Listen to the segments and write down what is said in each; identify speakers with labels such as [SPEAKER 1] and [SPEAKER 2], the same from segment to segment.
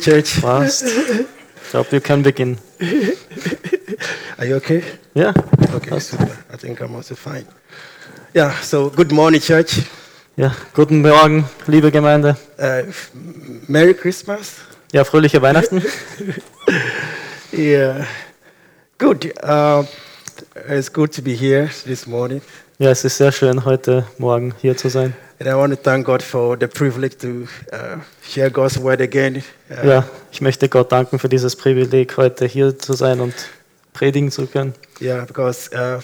[SPEAKER 1] Church fast. Ich glaube, wir können beginnen.
[SPEAKER 2] Are you okay?
[SPEAKER 1] Ja,
[SPEAKER 2] Okay, super. I think I'm also fine. Yeah, so good morning, church.
[SPEAKER 1] ja, guten Morgen, liebe Gemeinde.
[SPEAKER 2] Uh, f- Merry Christmas.
[SPEAKER 1] Ja, fröhliche Weihnachten.
[SPEAKER 2] Yeah, good. Uh, it's good to be here this morning.
[SPEAKER 1] Ja, es ist sehr schön, heute Morgen hier zu sein.
[SPEAKER 2] And I want to thank God for the privilege to uh, share God's word again. Uh,
[SPEAKER 1] Ja, ich möchte Gott danken für dieses Privileg, heute hier zu sein und predigen zu können.
[SPEAKER 2] yeah, because uh,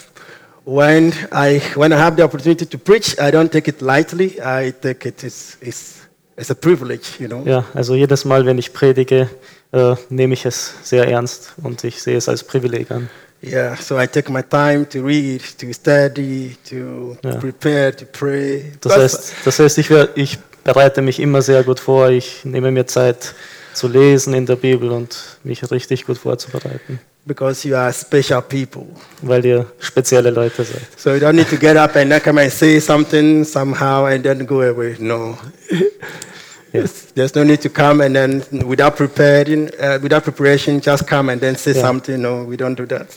[SPEAKER 2] when I when I have the opportunity to preach, I don't take it lightly. I take it it's it's, it's a privilege, you know.
[SPEAKER 1] Ja, also jedes Mal, wenn ich predige, äh, nehme ich es sehr ernst und ich sehe es als Privileg an.
[SPEAKER 2] Yeah, so I take my time to read, to study, to
[SPEAKER 1] Yeah.
[SPEAKER 2] prepare, to pray.
[SPEAKER 1] Das heißt, das heißt ich, wer- ich bereite mich immer sehr gut vor, ich nehme mir Zeit zu lesen in der Bibel und mich richtig gut vorzubereiten.
[SPEAKER 2] because you are special people.
[SPEAKER 1] weil ihr spezielle Leute seid.
[SPEAKER 2] So you don't need to get up and then come and say something somehow and then go away. No.
[SPEAKER 1] Yes.
[SPEAKER 2] There's no need to come and then without preparing, uh, without preparation, just come and then say
[SPEAKER 1] Yeah.
[SPEAKER 2] something. No, we don't do that.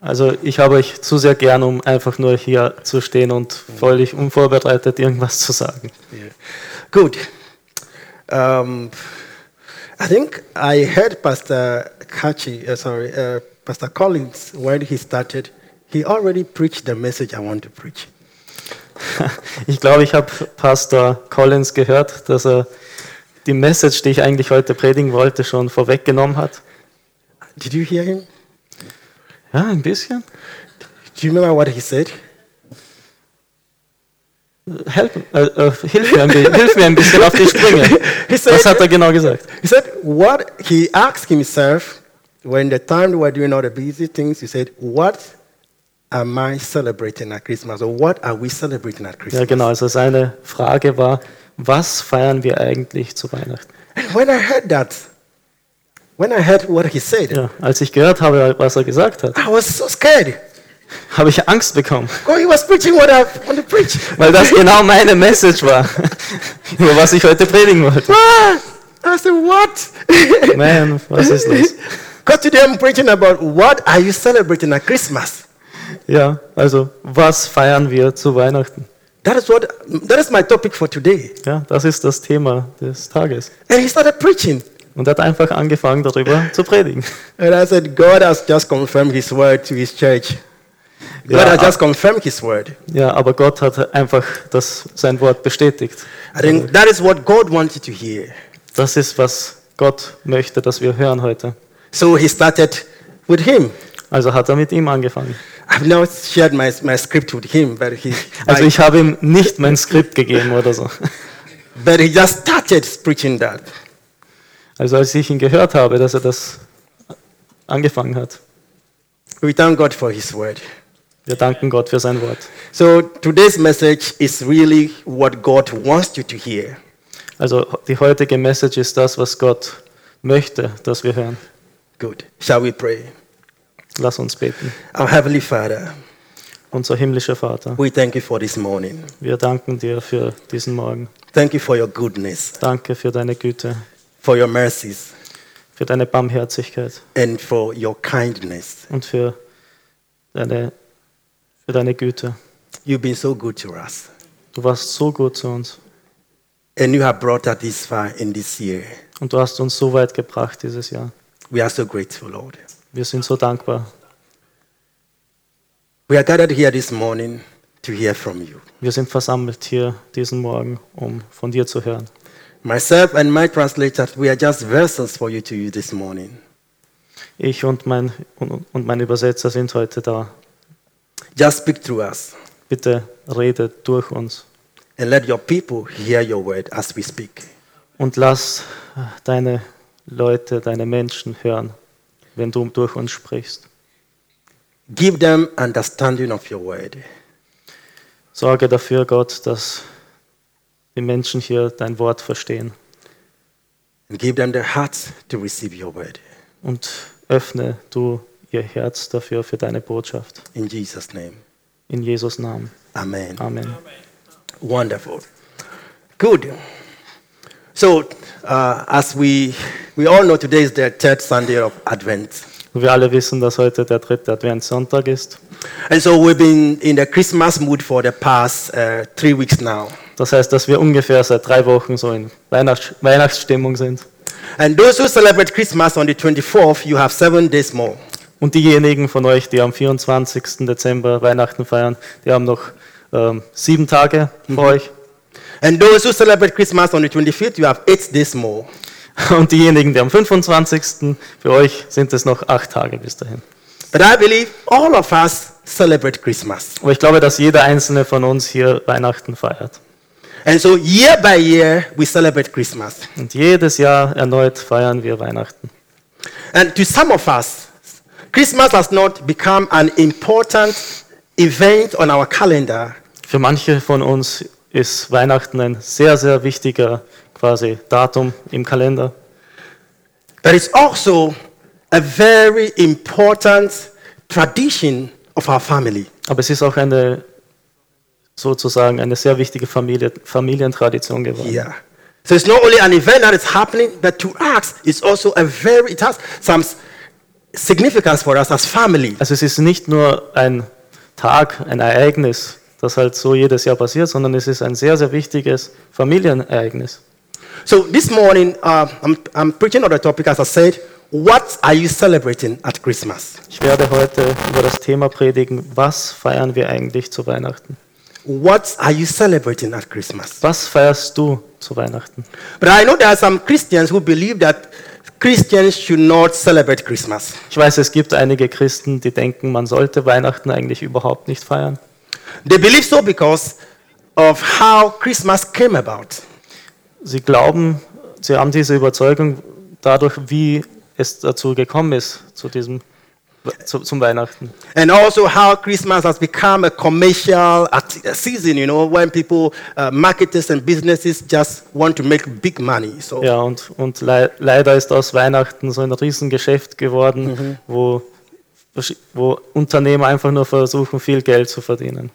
[SPEAKER 1] Also ich habe euch zu sehr gern, um einfach nur hier zu stehen und völlig unvorbereitet irgendwas zu sagen.
[SPEAKER 2] Yeah. Good. Um, I think I heard Pastor Kachi, uh, sorry, uh, Pastor Collins, when he started, he already preached the message I want to preach.
[SPEAKER 1] Ich glaube, ich habe Pastor Collins gehört, dass er die Message, die ich eigentlich heute predigen wollte, schon vorweggenommen hat.
[SPEAKER 2] Did you hear him?
[SPEAKER 1] Ja, ein bisschen.
[SPEAKER 2] Do you remember what he said?
[SPEAKER 1] Help, äh, äh, hilf, mir ein, bi- hilf mir ein bisschen auf die Sprünge.
[SPEAKER 2] He said-
[SPEAKER 1] Was hat er genau gesagt?
[SPEAKER 2] He said, What he asked himself when the time we were doing all the busy things, he said, What am I celebrating at Christmas? Or what are we celebrating at Christmas?
[SPEAKER 1] Ja, genau. Also seine Frage war, was feiern wir eigentlich zu Weihnachten?
[SPEAKER 2] And when I heard that, when I heard what he said,
[SPEAKER 1] Ja, als ich gehört habe, was er gesagt hat,
[SPEAKER 2] I was so scared.
[SPEAKER 1] habe ich Angst bekommen.
[SPEAKER 2] Well, Oh, he was preaching what I want to preach.
[SPEAKER 1] Weil das genau meine Message war, über was ich heute predigen wollte.
[SPEAKER 2] Ah, I said, what?
[SPEAKER 1] Man, was ist los?
[SPEAKER 2] Because today I'm preaching about what are you celebrating at Christmas?
[SPEAKER 1] Ja, also, was feiern wir zu Weihnachten?
[SPEAKER 2] That is what that is my topic for today.
[SPEAKER 1] Ja, das ist das Thema des Tages.
[SPEAKER 2] And he started preaching.
[SPEAKER 1] Und er hat einfach angefangen, darüber zu predigen.
[SPEAKER 2] And I said, God has just confirmed his word to his church. God
[SPEAKER 1] Yeah,
[SPEAKER 2] has
[SPEAKER 1] I-
[SPEAKER 2] just confirmed his word.
[SPEAKER 1] Ja, aber Gott hat einfach das, sein Wort bestätigt.
[SPEAKER 2] I think
[SPEAKER 1] Mm-hmm.
[SPEAKER 2] that is what God wanted to hear.
[SPEAKER 1] Das ist, was Gott möchte, dass wir hören heute.
[SPEAKER 2] So he started with him.
[SPEAKER 1] Also hat er mit ihm angefangen.
[SPEAKER 2] I've now shared my, my script with him, but he,
[SPEAKER 1] Also ich habe ihm nicht mein Skript gegeben oder so.
[SPEAKER 2] but he just started preaching that.
[SPEAKER 1] Also als ich ihn gehört habe, dass er das angefangen hat.
[SPEAKER 2] We thank God for his word.
[SPEAKER 1] Wir danken Gott für sein Wort.
[SPEAKER 2] So today's message is really what God wants you to hear.
[SPEAKER 1] Also die heutige Message ist das, was Gott möchte, dass wir hören.
[SPEAKER 2] Good. Shall we pray?
[SPEAKER 1] Lass uns beten.
[SPEAKER 2] Our Heavenly Father,
[SPEAKER 1] Unser himmlischer Vater,
[SPEAKER 2] we thank you for this morning.
[SPEAKER 1] wir danken dir für diesen Morgen.
[SPEAKER 2] Thank you for your goodness,
[SPEAKER 1] Danke für deine Güte,
[SPEAKER 2] for your mercies,
[SPEAKER 1] für deine Barmherzigkeit
[SPEAKER 2] and for your kindness.
[SPEAKER 1] und für deine, für deine Güte.
[SPEAKER 2] You've been so good to us,
[SPEAKER 1] Du warst so gut zu uns
[SPEAKER 2] and you have brought us this far in this year.
[SPEAKER 1] und du hast uns so weit gebracht dieses Jahr.
[SPEAKER 2] We are so grateful, Lord.
[SPEAKER 1] Wir sind so dankbar.
[SPEAKER 2] We are gathered here this morning to hear from you.
[SPEAKER 1] Wir sind versammelt hier diesen Morgen, um von dir zu hören.
[SPEAKER 2] Myself and my translator, we are just vessels for you to use this morning.
[SPEAKER 1] Ich und mein, und, und mein Übersetzer sind heute da.
[SPEAKER 2] Just speak through us,
[SPEAKER 1] Bitte rede durch uns
[SPEAKER 2] and let your people hear your word as we speak.
[SPEAKER 1] und lass deine Leute, deine Menschen hören, wenn du durch uns sprichst.
[SPEAKER 2] Give them understanding of your word.
[SPEAKER 1] Sorge dafür, Gott, dass die Menschen hier dein Wort verstehen
[SPEAKER 2] and give them the heart to receive your word.
[SPEAKER 1] und öffne du ihr Herz dafür, für deine Botschaft.
[SPEAKER 2] In Jesus' name.
[SPEAKER 1] In Jesus Namen.
[SPEAKER 2] Amen.
[SPEAKER 1] Amen.
[SPEAKER 2] Wonderful. Good. So, uh, as we, we all know, today is the third Sunday of Advent.
[SPEAKER 1] Und wir alle wissen, dass heute der dritte Adventssonntag ist.
[SPEAKER 2] And so we've been in the Christmas mood for the past uh, three weeks now.
[SPEAKER 1] Das heißt, dass wir ungefähr seit drei Wochen so in Weihnachts Weihnachtsstimmung sind.
[SPEAKER 2] And those who celebrate Christmas on the 24th, you have seven days more.
[SPEAKER 1] Und diejenigen von euch, die am 24. Dezember Weihnachten feiern, die haben noch ähm, sieben Tage vor euch.
[SPEAKER 2] And those who celebrate Christmas on the 25th, you have eight days more.
[SPEAKER 1] Und diejenigen, die am 25. für euch sind es noch acht Tage bis dahin.
[SPEAKER 2] But I believe all of us celebrate Christmas.
[SPEAKER 1] Aber ich glaube, dass jeder einzelne von uns hier Weihnachten feiert.
[SPEAKER 2] And so year by year, we celebrate Christmas.
[SPEAKER 1] Und jedes Jahr erneut feiern wir Weihnachten.
[SPEAKER 2] And to some of us, Christmas has not become an important event on our calendar,
[SPEAKER 1] Für manche von uns ist Weihnachten ein sehr, sehr wichtiger quasi Datum im Kalender.
[SPEAKER 2] but it's also a very important tradition of our family.
[SPEAKER 1] Aber es ist auch eine sozusagen eine sehr wichtige Familie, Familientradition geworden.
[SPEAKER 2] Yeah. So it's not only an event that is happening, but to us, it's also a very, it has some s- significance for us as family.
[SPEAKER 1] Also es ist nicht nur ein Tag, ein Ereignis, das halt so jedes Jahr passiert, sondern es ist ein sehr, sehr wichtiges Familienereignis.
[SPEAKER 2] So this morning, uh, I'm, I'm preaching on the topic, as I said, what are you celebrating at Christmas?
[SPEAKER 1] Ich werde heute über das Thema predigen, was feiern wir eigentlich zu Weihnachten?
[SPEAKER 2] What are you celebrating at Christmas?
[SPEAKER 1] Was feierst du zu Weihnachten?
[SPEAKER 2] But I know there are some Christians who believe that Christians should not celebrate Christmas.
[SPEAKER 1] Ich weiß, es gibt einige Christen, die denken, man sollte Weihnachten eigentlich überhaupt nicht feiern.
[SPEAKER 2] They believe so because of how Christmas came about.
[SPEAKER 1] Sie glauben, sie haben diese Überzeugung dadurch, wie es dazu gekommen ist, zu diesem, zu, zum Weihnachten.
[SPEAKER 2] And also how Christmas has become a commercial act- a season, you know, when people, uh, marketers and businesses just want to make big money. So,
[SPEAKER 1] Ja, und, und lei leider ist aus Weihnachten so ein Riesengeschäft geworden, wo, versch- wo Unternehmen einfach nur versuchen, viel Geld zu verdienen.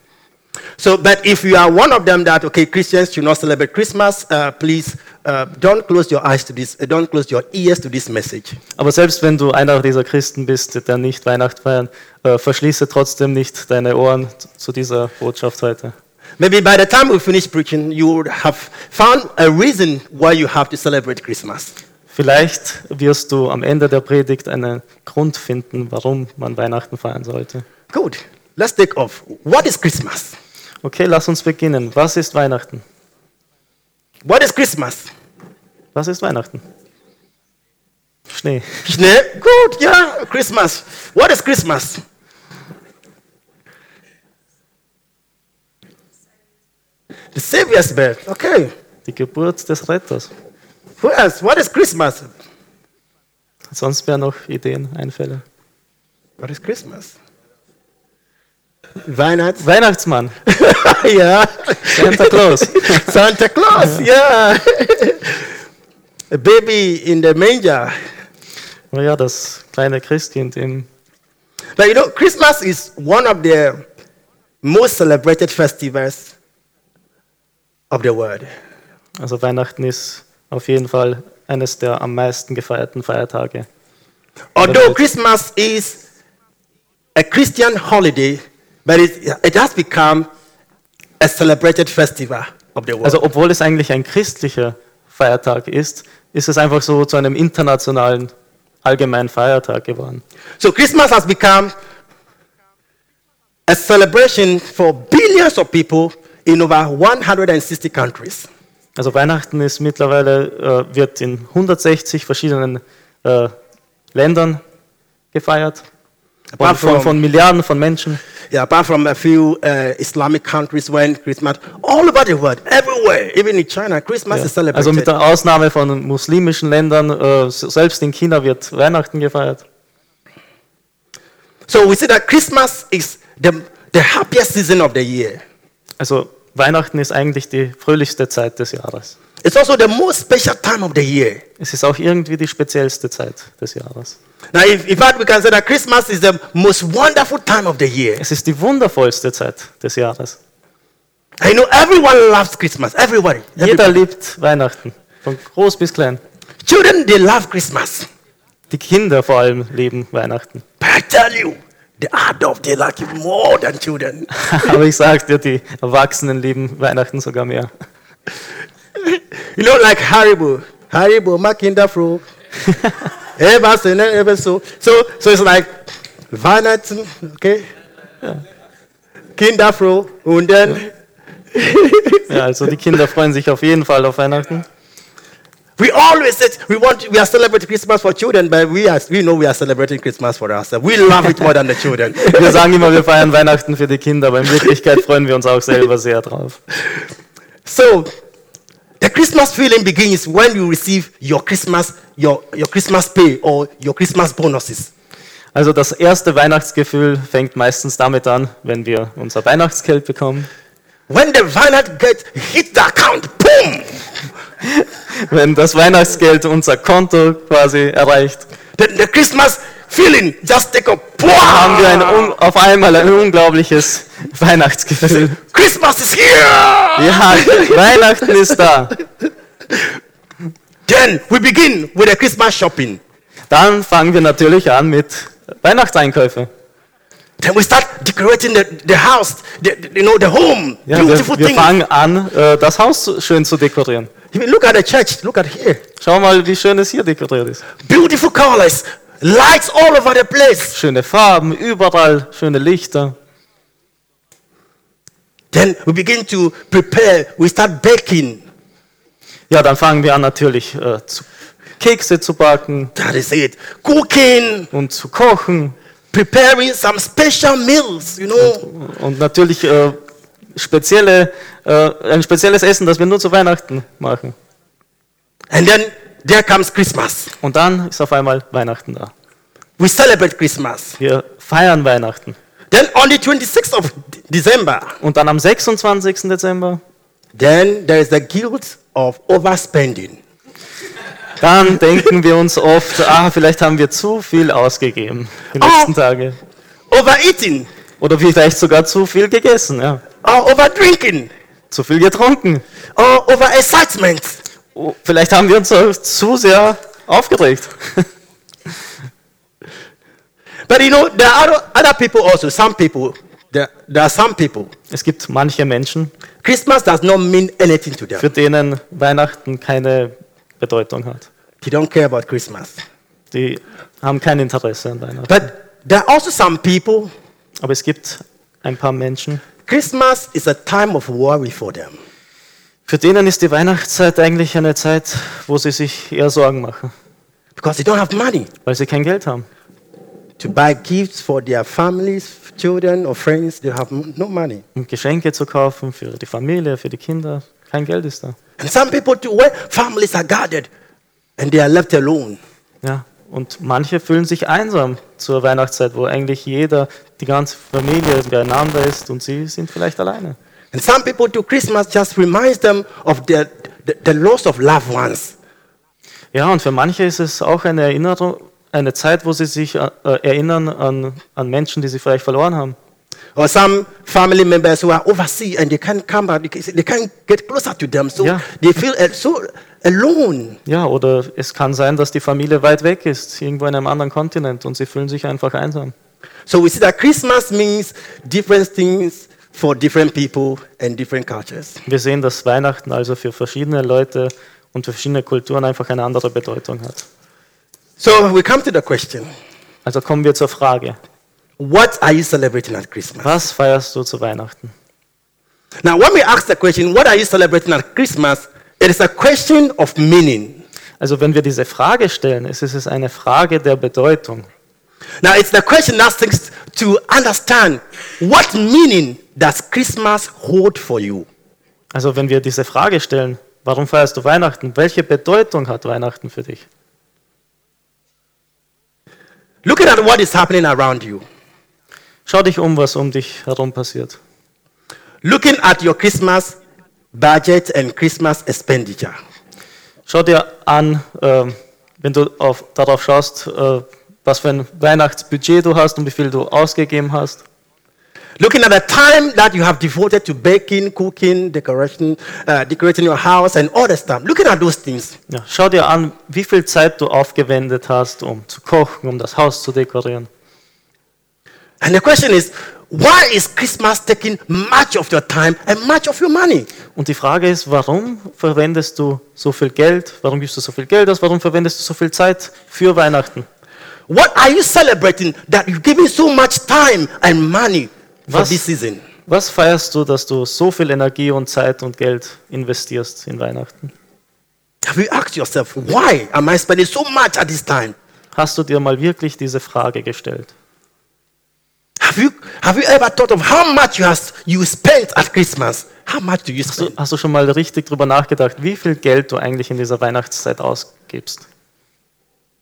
[SPEAKER 2] so, but if you are one of them that, okay, Christians should not celebrate Christmas, uh, please uh, don't close your eyes to this, uh, don't close your ears to this message.
[SPEAKER 1] Aber selbst wenn du einer dieser Christen bist, der nicht Weihnachten feiern, äh, verschließe trotzdem nicht deine Ohren zu- zu dieser Botschaft heute.
[SPEAKER 2] Maybe by the time we finish preaching, you would have found a reason why you have to celebrate Christmas.
[SPEAKER 1] Vielleicht wirst du am Ende der Predigt einen Grund finden, warum man Weihnachten feiern sollte.
[SPEAKER 2] Good. Let's take off. What is Christmas?
[SPEAKER 1] Okay, lass uns beginnen. Was ist Weihnachten?
[SPEAKER 2] What is Christmas?
[SPEAKER 1] Was ist Weihnachten? Schnee.
[SPEAKER 2] Schnee? Good, yeah, Christmas. What is Christmas? The Savior's birth. Okay.
[SPEAKER 1] Die Geburt des Retters.
[SPEAKER 2] Who else? What is Christmas?
[SPEAKER 1] Sonst wären noch Ideen, Einfälle.
[SPEAKER 2] What is Christmas? Weihnachts.
[SPEAKER 1] Weihnachtsmann,
[SPEAKER 2] yeah.
[SPEAKER 1] Santa Claus.
[SPEAKER 2] Santa Claus. Yeah. A baby in the manger.
[SPEAKER 1] Naja, das kleine Christkind im.
[SPEAKER 2] But you know, Christmas is one of the most celebrated festivals of the world.
[SPEAKER 1] Also Weihnachten ist auf jeden Fall eines der am meisten gefeierten Feiertage.
[SPEAKER 2] Although Christmas is a Christian holiday, but it, it has become a celebrated festival of the world.
[SPEAKER 1] Also obwohl es eigentlich ein christlicher Feiertag ist, ist es einfach so zu einem internationalen allgemeinen Feiertag geworden.
[SPEAKER 2] so Christmas has become a celebration for billions of people in over 160 countries.
[SPEAKER 1] Also Weihnachten ist mittlerweile, äh, wird in 160 verschiedenen äh, Ländern gefeiert. Von, von, von Milliarden von Menschen.
[SPEAKER 2] Yeah, apart from a few uh, Islamic countries when Christmas, all over the world, everywhere, even in China, Christmas
[SPEAKER 1] Ja.
[SPEAKER 2] is celebrated.
[SPEAKER 1] Also mit der Ausnahme von muslimischen Ländern, äh, s- selbst in China wird Weihnachten gefeiert.
[SPEAKER 2] so we see that Christmas is the, the happiest season of the year.
[SPEAKER 1] Also Weihnachten ist eigentlich die fröhlichste Zeit des Jahres.
[SPEAKER 2] It's also the most special time of the year.
[SPEAKER 1] Es ist auch irgendwie die speziellste Zeit des Jahres.
[SPEAKER 2] Now, if, in fact, we can say that Christmas is the most wonderful time of the year.
[SPEAKER 1] Es ist die wundervollste Zeit des Jahres.
[SPEAKER 2] I know everyone loves Christmas. Everybody.
[SPEAKER 1] Jeder
[SPEAKER 2] everybody.
[SPEAKER 1] liebt Weihnachten. Von groß bis klein.
[SPEAKER 2] Children, they love Christmas.
[SPEAKER 1] Die Kinder vor allem leben Weihnachten.
[SPEAKER 2] But I tell you, the adults, they like it more than children.
[SPEAKER 1] Aber ich sag's dir, die Erwachsenen lieben Weihnachten sogar mehr.
[SPEAKER 2] You know, like Haribo, Haribo, Mackinder Fro, Eh, ever since, ever so. So, so it's like Vanat, okay? Kinder Fro, and then
[SPEAKER 1] Ja, also die Kinder freuen sich auf jeden Fall auf Weihnachten.
[SPEAKER 2] we always said we want we are celebrating Christmas for children, but we are we know we are celebrating Christmas for ourselves. We love it more than the children.
[SPEAKER 1] Wir sagen immer, wir feiern Weihnachten für die Kinder, aber in Wirklichkeit freuen wir uns auch selber sehr drauf.
[SPEAKER 2] So the Christmas feeling begins when you receive your Christmas, your, your Christmas pay or your Christmas bonuses.
[SPEAKER 1] Also das erste Weihnachtsgefühl fängt meistens damit an, wenn wir unser Weihnachtsgeld bekommen.
[SPEAKER 2] When the violet gets hit the account, boom!
[SPEAKER 1] Wenn das Weihnachtsgeld unser Konto quasi erreicht,
[SPEAKER 2] Then the Christmas feeling just take a
[SPEAKER 1] haben wir ein, un-
[SPEAKER 2] boom!
[SPEAKER 1] auf einmal ein unglaubliches Weihnachtsgefühl.
[SPEAKER 2] Christmas is here!
[SPEAKER 1] Ja, Weihnachten ist da.
[SPEAKER 2] Then we begin with the Christmas shopping.
[SPEAKER 1] Dann fangen wir natürlich an mit Weihnachtseinkäufe.
[SPEAKER 2] Then we start decorating the, the house, the, the- you know, the home.
[SPEAKER 1] Ja,
[SPEAKER 2] Beautiful
[SPEAKER 1] wir, wir
[SPEAKER 2] thing.
[SPEAKER 1] fangen an, äh, das Haus so- schön zu dekorieren.
[SPEAKER 2] I mean, Look at the church. Look at here.
[SPEAKER 1] Schau mal, wie schön es hier dekoriert ist.
[SPEAKER 2] Beautiful colors, lights all over the place.
[SPEAKER 1] Schöne Farben, überall schöne Lichter.
[SPEAKER 2] Then we begin to prepare. We start baking.
[SPEAKER 1] Ja, dann fangen wir an natürlich äh, zu Kekse zu backen
[SPEAKER 2] That is it. Cooking,
[SPEAKER 1] und zu kochen
[SPEAKER 2] preparing some special meals. You know,
[SPEAKER 1] und natürlich äh, spezielle, äh, ein spezielles Essen, das wir nur zu Weihnachten machen.
[SPEAKER 2] and then there comes Christmas.
[SPEAKER 1] Und dann ist auf einmal Weihnachten da.
[SPEAKER 2] We celebrate Christmas.
[SPEAKER 1] Wir feiern Weihnachten.
[SPEAKER 2] Then on the 26th of D- December,
[SPEAKER 1] Und dann am 26. Dezember,
[SPEAKER 2] then there is the guilt of overspending.
[SPEAKER 1] dann denken wir uns oft, ah, vielleicht haben wir zu viel ausgegeben die letzten
[SPEAKER 2] Oh.
[SPEAKER 1] Tage.
[SPEAKER 2] overeating
[SPEAKER 1] Oder vielleicht sogar zu viel gegessen, ja.
[SPEAKER 2] or overdrinking
[SPEAKER 1] Zu viel getrunken.
[SPEAKER 2] or overexcitement.
[SPEAKER 1] Oh, vielleicht haben wir uns auch zu sehr aufgeregt.
[SPEAKER 2] But you know, there are other- other people also, some people, there, there are some people.
[SPEAKER 1] Es gibt manche Menschen,
[SPEAKER 2] Christmas does not mean anything to them.
[SPEAKER 1] für denen Weihnachten keine Bedeutung hat.
[SPEAKER 2] They don't care about Christmas.
[SPEAKER 1] Die haben kein Interesse an Weihnachten.
[SPEAKER 2] But there are also some people,
[SPEAKER 1] Aber es gibt ein paar Menschen,
[SPEAKER 2] Christmas is a time of worry for them.
[SPEAKER 1] für denen ist die Weihnachtszeit eigentlich eine Zeit, wo sie sich eher Sorgen machen,
[SPEAKER 2] Because they don't have money
[SPEAKER 1] weil sie kein Geld haben.
[SPEAKER 2] to buy gifts for their families, children, or friends. They have no money.
[SPEAKER 1] Um Geschenke zu kaufen für die Familie, für die Kinder. Kein Geld ist da.
[SPEAKER 2] And some people too, where families are gathered and they are left alone.
[SPEAKER 1] Ja. Und manche fühlen sich einsam zur Weihnachtszeit, wo eigentlich jeder, die ganze Familie beieinander ist und sie sind vielleicht alleine.
[SPEAKER 2] And some people too, Christmas just reminds them of their, the, the loss of loved ones.
[SPEAKER 1] Ja, und für manche ist es auch eine Erinnerung, eine Zeit, wo sie sich äh, erinnern an, an Menschen, die sie vielleicht verloren haben.
[SPEAKER 2] Or some family members who are overseas and they can't come back, because they can't get closer to them. So
[SPEAKER 1] Yeah.
[SPEAKER 2] they feel uh, so alone.
[SPEAKER 1] Ja, oder es kann sein, dass die Familie weit weg ist, irgendwo in einem anderen Kontinent und sie fühlen sich einfach einsam.
[SPEAKER 2] So we see that Christmas means different things for different people and different cultures.
[SPEAKER 1] Wir sehen, dass Weihnachten also für verschiedene Leute und für verschiedene Kulturen einfach eine andere Bedeutung hat.
[SPEAKER 2] So we come to the question
[SPEAKER 1] Also kommen wir zur Frage,
[SPEAKER 2] what are you celebrating at Christmas?
[SPEAKER 1] was feierst du zu Weihnachten?
[SPEAKER 2] Now, when we ask the question, what are you celebrating at Christmas? It is a question of meaning.
[SPEAKER 1] Also wenn wir diese Frage stellen, ist es eine Frage der Bedeutung.
[SPEAKER 2] Now, it's the question that seeks to understand what meaning does Christmas hold for you?
[SPEAKER 1] Also wenn wir diese Frage stellen, warum feierst du Weihnachten? Welche Bedeutung hat Weihnachten für dich?
[SPEAKER 2] Looking at what is happening around you,
[SPEAKER 1] Schau dich um, was um dich herum passiert.
[SPEAKER 2] looking at your Christmas budget and Christmas expenditure.
[SPEAKER 1] Schau dir an, ähm, wenn du auf, darauf schaust, äh, was für ein Weihnachtsbudget du hast und wie viel du ausgegeben hast.
[SPEAKER 2] Looking at the time that you have devoted to baking, cooking, decoration, uh, decorating your house, and all the stuff. Looking at those things,
[SPEAKER 1] Ja, schau dir an, wie viel Zeit du aufgewendet hast, um zu kochen, um das Haus zu dekorieren.
[SPEAKER 2] and the question is, why is Christmas taking much of your time and much of your money?
[SPEAKER 1] Und die Frage ist, warum verwendest du so viel Geld? Warum gibst du so viel Geld aus? Warum verwendest du so viel Zeit für Weihnachten?
[SPEAKER 2] What are you celebrating that you're giving so much time and money for
[SPEAKER 1] Was-
[SPEAKER 2] this season?
[SPEAKER 1] Was feierst du, dass du so viel Energie und Zeit und Geld investierst in Weihnachten?
[SPEAKER 2] Have you asked yourself, why am I spending so much at this time?
[SPEAKER 1] Hast du dir mal wirklich diese Frage gestellt?
[SPEAKER 2] Have you, have you ever thought of how much you, has, you spent at Christmas? How much do you
[SPEAKER 1] Hast du,
[SPEAKER 2] spend?
[SPEAKER 1] hast du schon mal richtig drüber nachgedacht, wie viel Geld du eigentlich in dieser Weihnachtszeit ausgibst?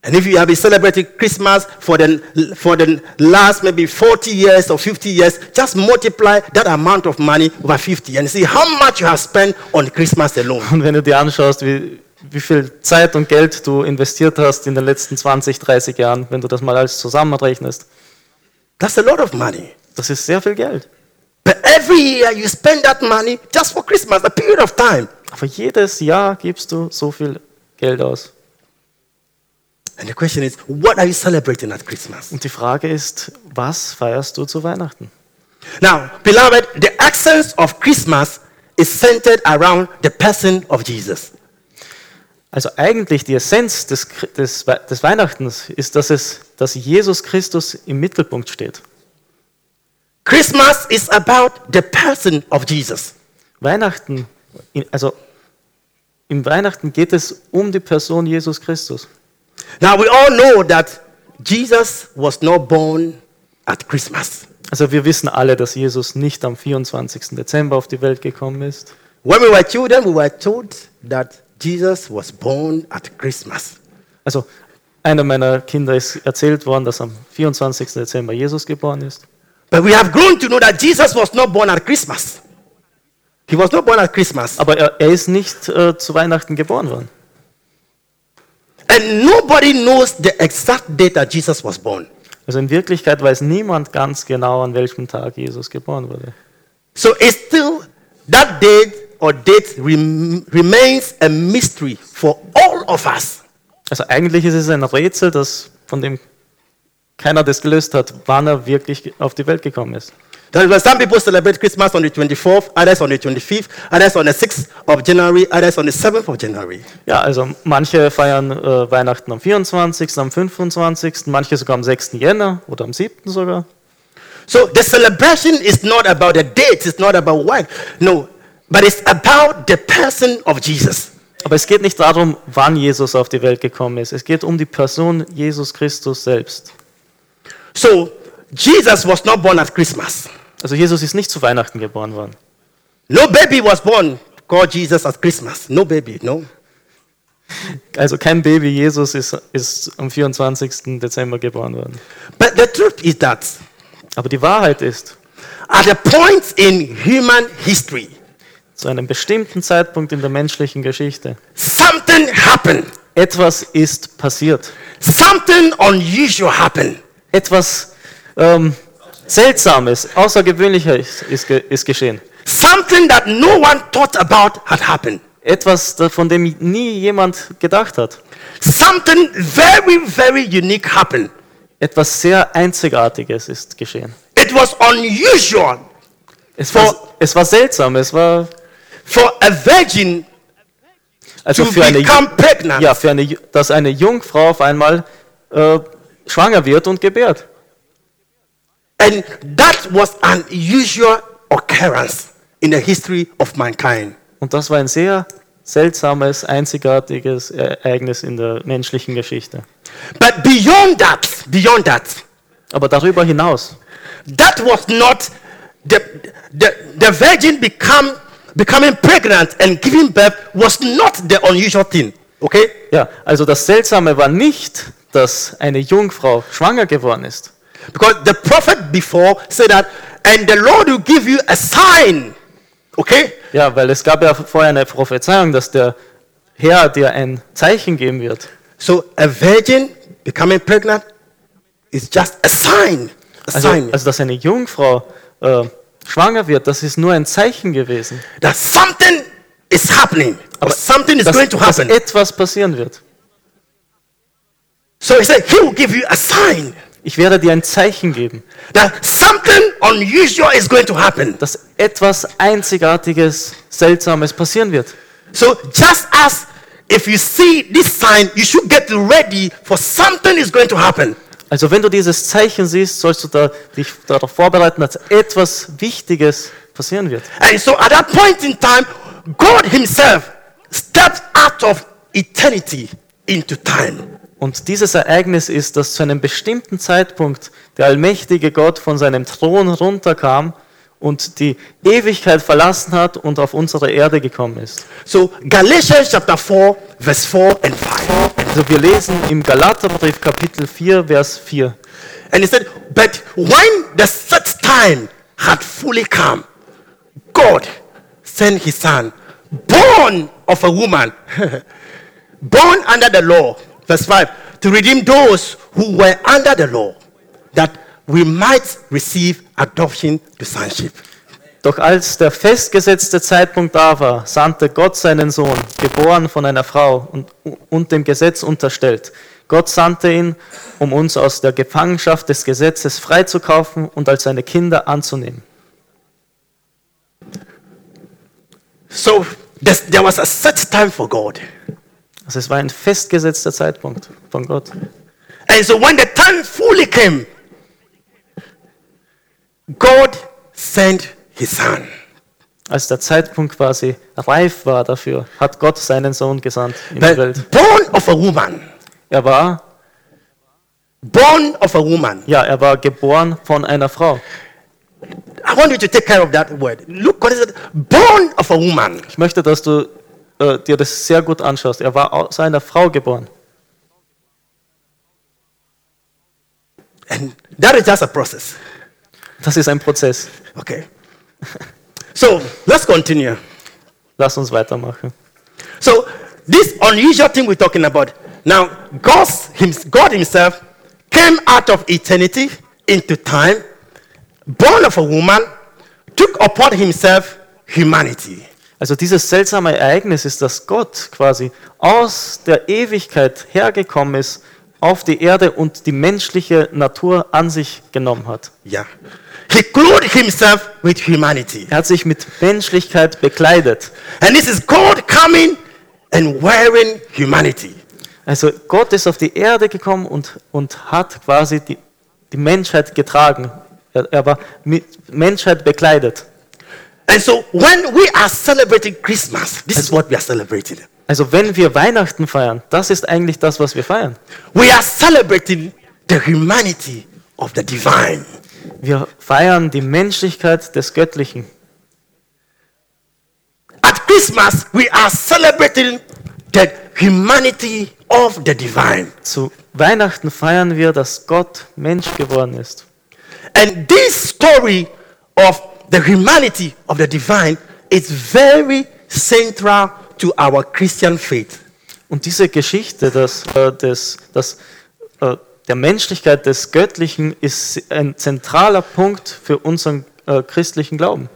[SPEAKER 2] And if you have been celebrating Christmas for the, for the last maybe 40 years or 50 years, just multiply that amount of money over 50 and see how much you have spent on Christmas alone.
[SPEAKER 1] Und wenn du dir anschaust, wie, wie viel Zeit und Geld du investiert hast in den letzten 20, 30 Jahren, wenn du das mal alles zusammenrechnest,
[SPEAKER 2] That's a lot of money.
[SPEAKER 1] das ist sehr viel Geld.
[SPEAKER 2] But every year you spend that money just for Christmas, a period of time.
[SPEAKER 1] Aber jedes Jahr gibst du so viel Geld aus.
[SPEAKER 2] And the question is, what are you celebrating at Christmas?
[SPEAKER 1] Und die Frage ist, was feierst du zu Weihnachten?
[SPEAKER 2] Now, beloved, the essence of Christmas is centered around the person of Jesus.
[SPEAKER 1] Also eigentlich die Essenz des, Chri- des, Wei- des Weihnachtens ist, dass, es, dass Jesus Christus im Mittelpunkt steht.
[SPEAKER 2] Christmas is about the person of Jesus.
[SPEAKER 1] Weihnachten, in- also im Weihnachten geht es um die Person Jesus Christus.
[SPEAKER 2] Now, we all know that Jesus was not born at Christmas.
[SPEAKER 1] Also wir wissen alle, dass Jesus nicht am 24. Dezember auf die Welt gekommen ist.
[SPEAKER 2] When we were children, we were told that Jesus was born at Christmas.
[SPEAKER 1] Also einer meiner Kinder ist erzählt worden, dass am 24. Dezember Jesus geboren ist.
[SPEAKER 2] But we have grown to know that Jesus was not born at Christmas. He was not born at Christmas.
[SPEAKER 1] Aber er, er ist nicht äh, zu Weihnachten geboren worden.
[SPEAKER 2] And nobody knows the exact date that Jesus was born.
[SPEAKER 1] Also in Wirklichkeit weiß niemand ganz genau, an welchem Tag Jesus geboren wurde.
[SPEAKER 2] So it's still that date or date rem- remains a mystery for all of us.
[SPEAKER 1] Also eigentlich ist es ein Rätsel, das, von dem keiner das gelöst hat, wann er wirklich ge- auf die Welt gekommen ist.
[SPEAKER 2] That is why some people celebrate Christmas on the 24th, others on the 25th, others on the 6th of January, others on the 7th of January.
[SPEAKER 1] Ja, also manche feiern äh, Weihnachten am 24., am 25., manche sogar am 6. Jänner oder am 7. sogar.
[SPEAKER 2] So the celebration is not about the date, it's not about what. No, but it's about the person of Jesus.
[SPEAKER 1] Aber es geht nicht darum, wann Jesus auf die Welt gekommen ist. Es geht um die Person Jesus Christus selbst.
[SPEAKER 2] So Jesus was not born at Christmas.
[SPEAKER 1] Also Jesus ist nicht zu Weihnachten geboren worden.
[SPEAKER 2] No baby was born called Jesus at Christmas. No baby, no.
[SPEAKER 1] Also kein Baby Jesus ist, ist am 24. Dezember geboren worden.
[SPEAKER 2] But the truth is that
[SPEAKER 1] Aber die Wahrheit ist,
[SPEAKER 2] at a point in human history,
[SPEAKER 1] zu einem bestimmten Zeitpunkt in der menschlichen Geschichte,
[SPEAKER 2] something happened.
[SPEAKER 1] etwas ist passiert.
[SPEAKER 2] Something unusual happened.
[SPEAKER 1] Etwas ähm, Seltsames, Außergewöhnliches ist, ge ist geschehen.
[SPEAKER 2] Something that no one thought about had happened.
[SPEAKER 1] Etwas, da- von dem nie jemand gedacht hat.
[SPEAKER 2] Something very, very unique happened.
[SPEAKER 1] Etwas sehr Einzigartiges ist geschehen.
[SPEAKER 2] It was unusual
[SPEAKER 1] Es war, es war seltsam, es war
[SPEAKER 2] for a virgin
[SPEAKER 1] also
[SPEAKER 2] to
[SPEAKER 1] für eine, Ju-
[SPEAKER 2] become pregnant.
[SPEAKER 1] ja, für eine, Ju- dass eine Jungfrau auf einmal äh, schwanger wird und gebärt.
[SPEAKER 2] And that was an unusual occurrence in the history of mankind.
[SPEAKER 1] Und das war ein sehr seltsames, einzigartiges Ereignis in der menschlichen Geschichte.
[SPEAKER 2] But beyond that, beyond that,
[SPEAKER 1] Aber darüber hinaus,
[SPEAKER 2] that was not the, the, the virgin become, becoming pregnant and giving birth was not the unusual thing. Okay?
[SPEAKER 1] ja, also das Seltsame war nicht, dass eine Jungfrau schwanger geworden ist.
[SPEAKER 2] Because the prophet before said that, and the Lord will give you a sign. Okay?
[SPEAKER 1] Ja, weil es gab ja vorher eine Prophezeiung, dass der Herr dir ein Zeichen geben wird.
[SPEAKER 2] So a virgin becoming pregnant is just a sign. A
[SPEAKER 1] Also,
[SPEAKER 2] sign.
[SPEAKER 1] also dass eine Jungfrau äh, schwanger wird, das ist nur ein Zeichen gewesen,
[SPEAKER 2] that something is happening or something is
[SPEAKER 1] dass,
[SPEAKER 2] going to
[SPEAKER 1] dass
[SPEAKER 2] happen.
[SPEAKER 1] etwas passieren wird.
[SPEAKER 2] So he said, He will give you a sign
[SPEAKER 1] Ich werde dir ein Zeichen geben,
[SPEAKER 2] that something unusual is going to happen.
[SPEAKER 1] dass etwas Einzigartiges, Seltsames passieren wird.
[SPEAKER 2] So just as if you see this sign, you should get ready for something is going to happen.
[SPEAKER 1] Also wenn du dieses Zeichen siehst, sollst du da, dich darauf vorbereiten, dass etwas Wichtiges passieren wird.
[SPEAKER 2] And so at that point in time, God Himself stepped out of eternity into time.
[SPEAKER 1] Und dieses Ereignis ist, dass zu einem bestimmten Zeitpunkt der allmächtige Gott von seinem Thron runterkam und die Ewigkeit verlassen hat und auf unsere Erde gekommen ist.
[SPEAKER 2] So Galatians chapter 4, verse 4 and 5.
[SPEAKER 1] Also wir lesen im Galaterbrief Kapitel 4, Vers 4.
[SPEAKER 2] And he said, But when the set time had fully come, God sent his son, born of a woman, born under the law, verse 5, to redeem those who were under the law, that we might receive adoption to sonship.
[SPEAKER 1] Doch als der festgesetzte Zeitpunkt da war, sandte Gott seinen Sohn, geboren von einer Frau und, und dem Gesetz unterstellt. Gott sandte ihn, um uns aus der Gefangenschaft des Gesetzes freizukaufen und als seine Kinder anzunehmen.
[SPEAKER 2] So there's- there was a set time for God.
[SPEAKER 1] Also es war ein festgesetzter Zeitpunkt von Gott.
[SPEAKER 2] And so when the time fully came, God sent his son.
[SPEAKER 1] Als der Zeitpunkt quasi reif war dafür, hat Gott seinen Sohn gesandt in die Welt.
[SPEAKER 2] But born of a woman,
[SPEAKER 1] Er war,
[SPEAKER 2] born of a woman.
[SPEAKER 1] ja, er war geboren von einer Frau.
[SPEAKER 2] I want you to take care of that word. Look what it said, born of a woman.
[SPEAKER 1] Ich möchte, dass du äh, dir das sehr gut anschaust. Er war aus einer Frau geboren.
[SPEAKER 2] And that is just a process.
[SPEAKER 1] Das ist ein Prozess.
[SPEAKER 2] Okay. So let's continue.
[SPEAKER 1] Lass uns weitermachen.
[SPEAKER 2] So this unusual thing we're talking about. Now, God's, him- God Himself came out of eternity into time, born of a woman, took upon Himself humanity.
[SPEAKER 1] Also dieses seltsame Ereignis ist, dass Gott quasi aus der Ewigkeit hergekommen ist auf die Erde und die menschliche Natur an sich genommen hat.
[SPEAKER 2] Yeah. He clothed Himself with humanity.
[SPEAKER 1] Er hat sich mit Menschlichkeit bekleidet.
[SPEAKER 2] And this is God coming and wearing humanity.
[SPEAKER 1] Also Gott ist auf die Erde gekommen und, und hat quasi die, die Menschheit getragen. Er, er war mit Menschheit bekleidet.
[SPEAKER 2] And so when we are celebrating Christmas, this is what we are celebrating.
[SPEAKER 1] Also wenn wir Weihnachten feiern, das ist eigentlich das, was wir feiern.
[SPEAKER 2] We are celebrating the humanity of the divine.
[SPEAKER 1] Wir feiern die Menschlichkeit des Göttlichen.
[SPEAKER 2] At Christmas, we are celebrating the humanity of the divine.
[SPEAKER 1] Zu Weihnachten feiern wir, dass Gott Mensch geworden ist.
[SPEAKER 2] And this story of the humanity of the divine is very central to our Christian faith.
[SPEAKER 1] Und diese Geschichte dass, äh, des, dass, äh, der Menschlichkeit des Göttlichen ist ein zentraler Punkt für unseren äh, christlichen Glauben.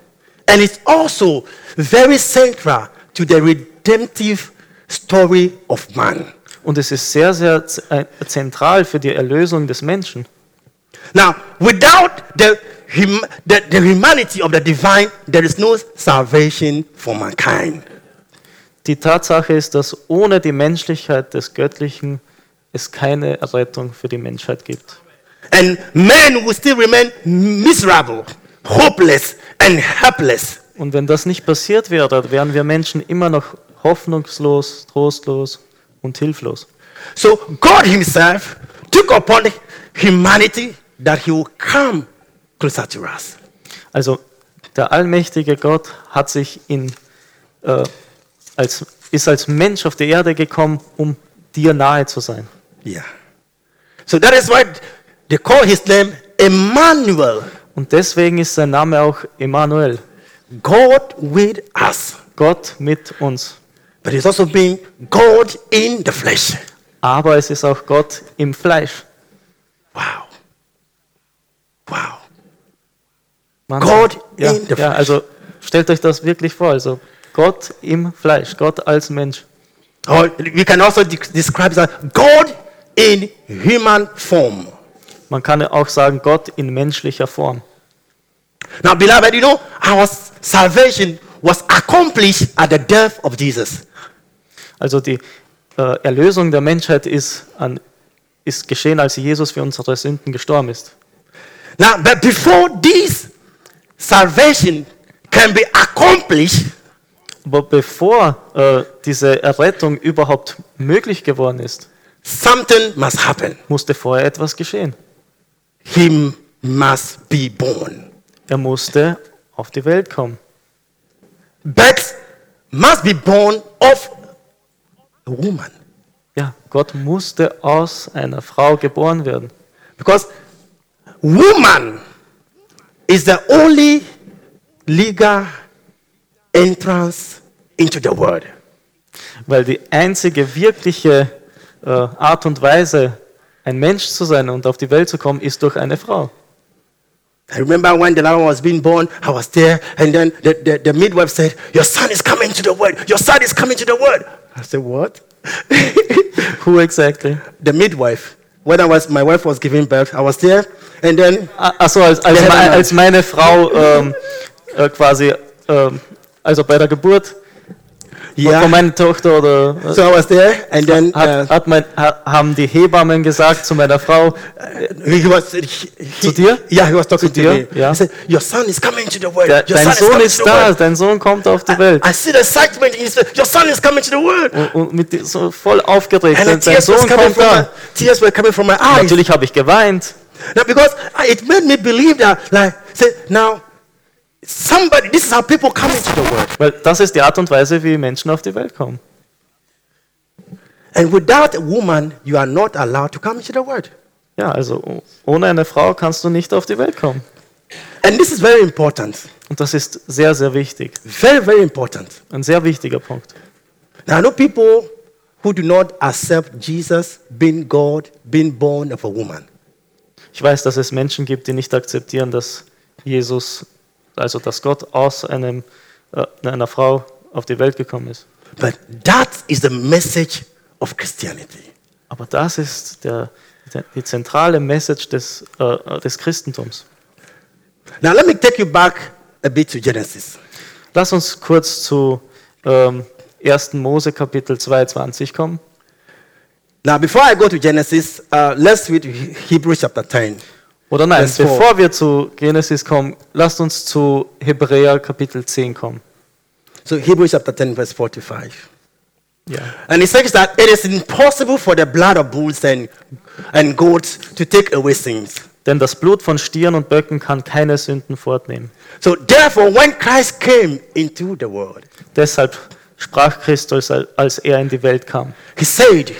[SPEAKER 2] And it's also very central to the redemptive story of man.
[SPEAKER 1] Und es ist sehr, sehr z- äh, zentral für die Erlösung des Menschen.
[SPEAKER 2] Now, without the, hum- the, the humanity of the divine, there is no salvation for mankind.
[SPEAKER 1] Die Tatsache ist, dass ohne die Menschlichkeit des Göttlichen es keine Rettung für die Menschheit gibt.
[SPEAKER 2] And men will still remain miserable, hopeless, and helpless.
[SPEAKER 1] Und wenn das nicht passiert wäre, wären wir Menschen immer noch hoffnungslos, trostlos und hilflos.
[SPEAKER 2] So God Himself took upon humanity that He will come closer to us.
[SPEAKER 1] Also der allmächtige Gott hat sich in, äh, als, ist als Mensch auf die Erde gekommen, um dir nahe zu sein.
[SPEAKER 2] Yeah. So that is why they call His name Emmanuel,
[SPEAKER 1] Und deswegen ist sein Name auch Emmanuel,
[SPEAKER 2] God with us.
[SPEAKER 1] Gott mit uns.
[SPEAKER 2] But it's also being God in the flesh.
[SPEAKER 1] Aber es ist auch Gott im Fleisch.
[SPEAKER 2] Wow. Wow.
[SPEAKER 1] Wahnsinn.
[SPEAKER 2] God
[SPEAKER 1] ja,
[SPEAKER 2] in the
[SPEAKER 1] ja,
[SPEAKER 2] flesh.
[SPEAKER 1] also stellt euch das wirklich vor. Also Gott im Fleisch, Gott als Mensch.
[SPEAKER 2] Or we can also de- describe it as God in human form.
[SPEAKER 1] Man kann auch sagen, Gott in menschlicher Form.
[SPEAKER 2] Now, beloved, you know, our s- salvation was accomplished at the death of Jesus.
[SPEAKER 1] Also die äh, Erlösung der Menschheit ist, an, ist geschehen, als Jesus für unsere Sünden gestorben ist.
[SPEAKER 2] Now, but before this salvation can be accomplished,
[SPEAKER 1] Aber bevor äh, diese Errettung überhaupt möglich geworden ist,
[SPEAKER 2] something must happen.
[SPEAKER 1] musste vorher etwas geschehen.
[SPEAKER 2] He must be born.
[SPEAKER 1] Er musste auf die Welt kommen.
[SPEAKER 2] But must be born of a woman.
[SPEAKER 1] Ja, Gott musste aus einer Frau geboren werden.
[SPEAKER 2] Because woman is the only legal entrance into the world.
[SPEAKER 1] Weil die einzige wirkliche äh, Art und Weise, ein Mensch zu sein und auf die Welt zu kommen, ist durch eine Frau.
[SPEAKER 2] I remember when the Lamb was being born, I was there, and then the, the, the midwife said, Your son is coming to the world. Your son is coming to the world.
[SPEAKER 3] I said, what?
[SPEAKER 1] Who exactly?
[SPEAKER 2] The midwife, when I was, my wife was giving birth, I was there, and then
[SPEAKER 1] Achso, als, als,
[SPEAKER 2] Wer
[SPEAKER 1] me-
[SPEAKER 2] denn?
[SPEAKER 1] als meine Frau ähm, äh, quasi, ähm, also bei der Geburt
[SPEAKER 2] yeah,
[SPEAKER 1] von meiner Tochter oder äh,
[SPEAKER 2] so I was there, and then
[SPEAKER 1] hat,
[SPEAKER 2] uh,
[SPEAKER 1] hat mein, ha, haben die Hebammen gesagt zu meiner Frau,
[SPEAKER 2] Äh, uh, he was. He, he,
[SPEAKER 1] Zu dir?
[SPEAKER 2] Yeah, he was talking
[SPEAKER 1] Zu
[SPEAKER 2] to,
[SPEAKER 1] dir,
[SPEAKER 2] me.
[SPEAKER 1] ja.
[SPEAKER 2] He said, Your son is coming to the world.
[SPEAKER 1] "Der-
[SPEAKER 2] Your
[SPEAKER 1] dein
[SPEAKER 2] son
[SPEAKER 1] Sohn
[SPEAKER 2] coming
[SPEAKER 1] ist
[SPEAKER 2] to the
[SPEAKER 1] da,
[SPEAKER 2] world."
[SPEAKER 1] dein Sohn kommt auf
[SPEAKER 2] Ah,
[SPEAKER 1] die Welt.
[SPEAKER 2] I see the excitement in his face. Your son is coming to the world.
[SPEAKER 1] Und- Und mit, die- so voll aufgeregt,
[SPEAKER 2] And the
[SPEAKER 1] dein dein
[SPEAKER 2] tears, was
[SPEAKER 1] Sohn
[SPEAKER 2] coming
[SPEAKER 1] kommt
[SPEAKER 2] from my,
[SPEAKER 1] da.
[SPEAKER 2] tears were coming from my eyes.
[SPEAKER 1] Natürlich habe ich geweint.
[SPEAKER 2] Now, because I- it made me believe that, like, say, now, somebody, this is how people come into the world.
[SPEAKER 1] Weil das ist die Art und Weise, wie Menschen auf die Welt kommen.
[SPEAKER 2] And without a woman, you are not allowed to come into the world.
[SPEAKER 1] Ja, also oh- ohne eine Frau kannst du nicht auf die Welt kommen.
[SPEAKER 2] And this is very important.
[SPEAKER 1] Und das ist sehr, sehr wichtig.
[SPEAKER 2] Very, very important.
[SPEAKER 1] Ein sehr wichtiger Punkt.
[SPEAKER 2] Now, I know people who do not accept Jesus being God, being born of a woman.
[SPEAKER 1] Ich weiß, dass es Menschen gibt, die nicht akzeptieren, dass Jesus, also dass Gott aus einem, äh, einer Frau auf die Welt gekommen ist.
[SPEAKER 2] But that is the message of Christianity.
[SPEAKER 1] Aber das ist der, der, die zentrale Message des, äh, des Christentums.
[SPEAKER 2] Now, let me take you back a bit to Genesis.
[SPEAKER 1] Lass uns kurz zu ähm, 1. Mose Kapitel 22 kommen.
[SPEAKER 2] Now, before I go to Genesis, uh, let's read He- Hebrews chapter 10.
[SPEAKER 1] Oder nein,
[SPEAKER 2] Vers
[SPEAKER 1] bevor wir zu Genesis kommen, lasst uns zu Hebräer Kapitel 10 kommen.
[SPEAKER 2] So, Hebrews chapter 10, verse 45.
[SPEAKER 1] Ja.
[SPEAKER 2] And it says that it is impossible for the blood of bulls and, and goats to take away sins.
[SPEAKER 1] Denn das Blut von Stieren und Böcken kann keine Sünden fortnehmen.
[SPEAKER 2] So, therefore, when Christ came into the world,
[SPEAKER 1] Deshalb sprach Christus, als er in die Welt kam.
[SPEAKER 2] he said,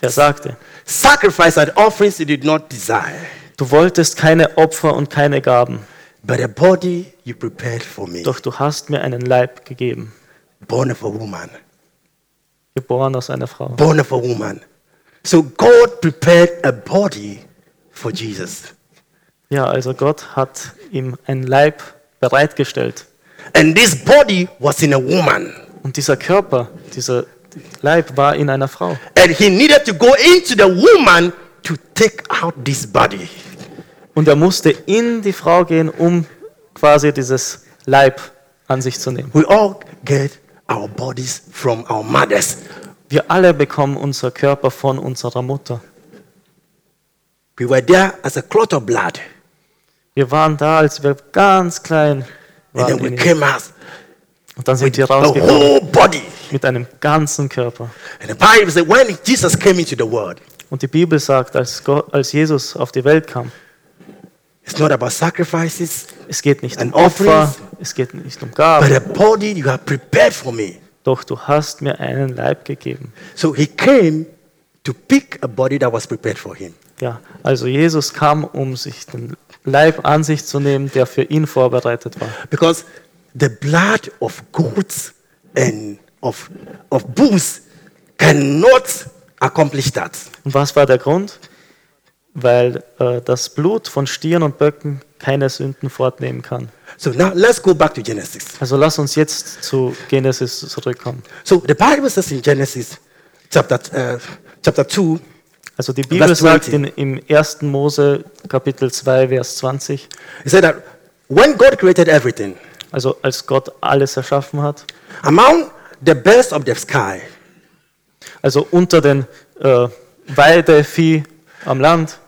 [SPEAKER 1] Er sagte,
[SPEAKER 2] Sacrifice and offerings you did not desire,
[SPEAKER 1] du wolltest keine Opfer und keine Gaben,
[SPEAKER 2] but a body you prepared for me,
[SPEAKER 1] doch du hast mir einen Leib gegeben,
[SPEAKER 2] born of a woman.
[SPEAKER 1] geboren aus einer Frau.
[SPEAKER 2] Born of a woman. So, God prepared a body for Jesus.
[SPEAKER 1] Ja, also Gott hat ihm einen Leib bereitgestellt.
[SPEAKER 2] And this body was in a woman.
[SPEAKER 1] Und dieser Körper, dieser Leib war in einer Frau.
[SPEAKER 2] And he needed to go into the woman to take out this body.
[SPEAKER 1] Und er musste in die Frau gehen, um quasi dieses Leib an sich zu nehmen.
[SPEAKER 2] We all get our bodies from our mothers.
[SPEAKER 1] Wir alle bekommen unser Körper von unserer Mutter.
[SPEAKER 2] We were there as a clot of blood,
[SPEAKER 1] Wir waren da, als wir ganz klein
[SPEAKER 2] and then
[SPEAKER 1] waren.
[SPEAKER 2] we
[SPEAKER 1] in ihm.
[SPEAKER 2] came out
[SPEAKER 1] Und dann sind wir
[SPEAKER 2] the
[SPEAKER 1] rausgekommen
[SPEAKER 2] whole body.
[SPEAKER 1] mit einem ganzen Körper.
[SPEAKER 2] And the Bible says when Jesus came into the world,
[SPEAKER 1] Und die Bibel sagt, als, Gott, als Jesus auf die Welt kam,
[SPEAKER 2] it's not about sacrifices,
[SPEAKER 1] es geht nicht um
[SPEAKER 2] An offering.
[SPEAKER 1] Opfer, es geht nicht um
[SPEAKER 2] but uh,
[SPEAKER 1] Gaben,
[SPEAKER 2] a body you have prepared for me.
[SPEAKER 1] doch du hast mir einen Leib gegeben.
[SPEAKER 2] So he came to pick a body that was prepared for him.
[SPEAKER 1] Ja, also Jesus kam, um sich den Leib an sich zu nehmen, der für ihn vorbereitet war.
[SPEAKER 2] Because the blood of goats and of, of bulls cannot accomplish that.
[SPEAKER 1] Und was war der Grund? weil äh, das Blut von Stieren und Böcken keine Sünden fortnehmen kann.
[SPEAKER 2] So now let's go back to Genesis.
[SPEAKER 1] Also lass uns jetzt zu Genesis zurückkommen.
[SPEAKER 2] So the Bible says in Genesis chapter, uh, chapter 2,
[SPEAKER 1] Also die Bibel
[SPEAKER 2] Vers
[SPEAKER 1] sagt
[SPEAKER 2] 20.
[SPEAKER 1] in, im 1. Mose Kapitel 2, Vers 20,
[SPEAKER 2] it said that when God created everything,
[SPEAKER 1] also als Gott alles erschaffen hat,
[SPEAKER 2] among the birds of the sky,
[SPEAKER 1] also unter den äh, Weidevieh am Land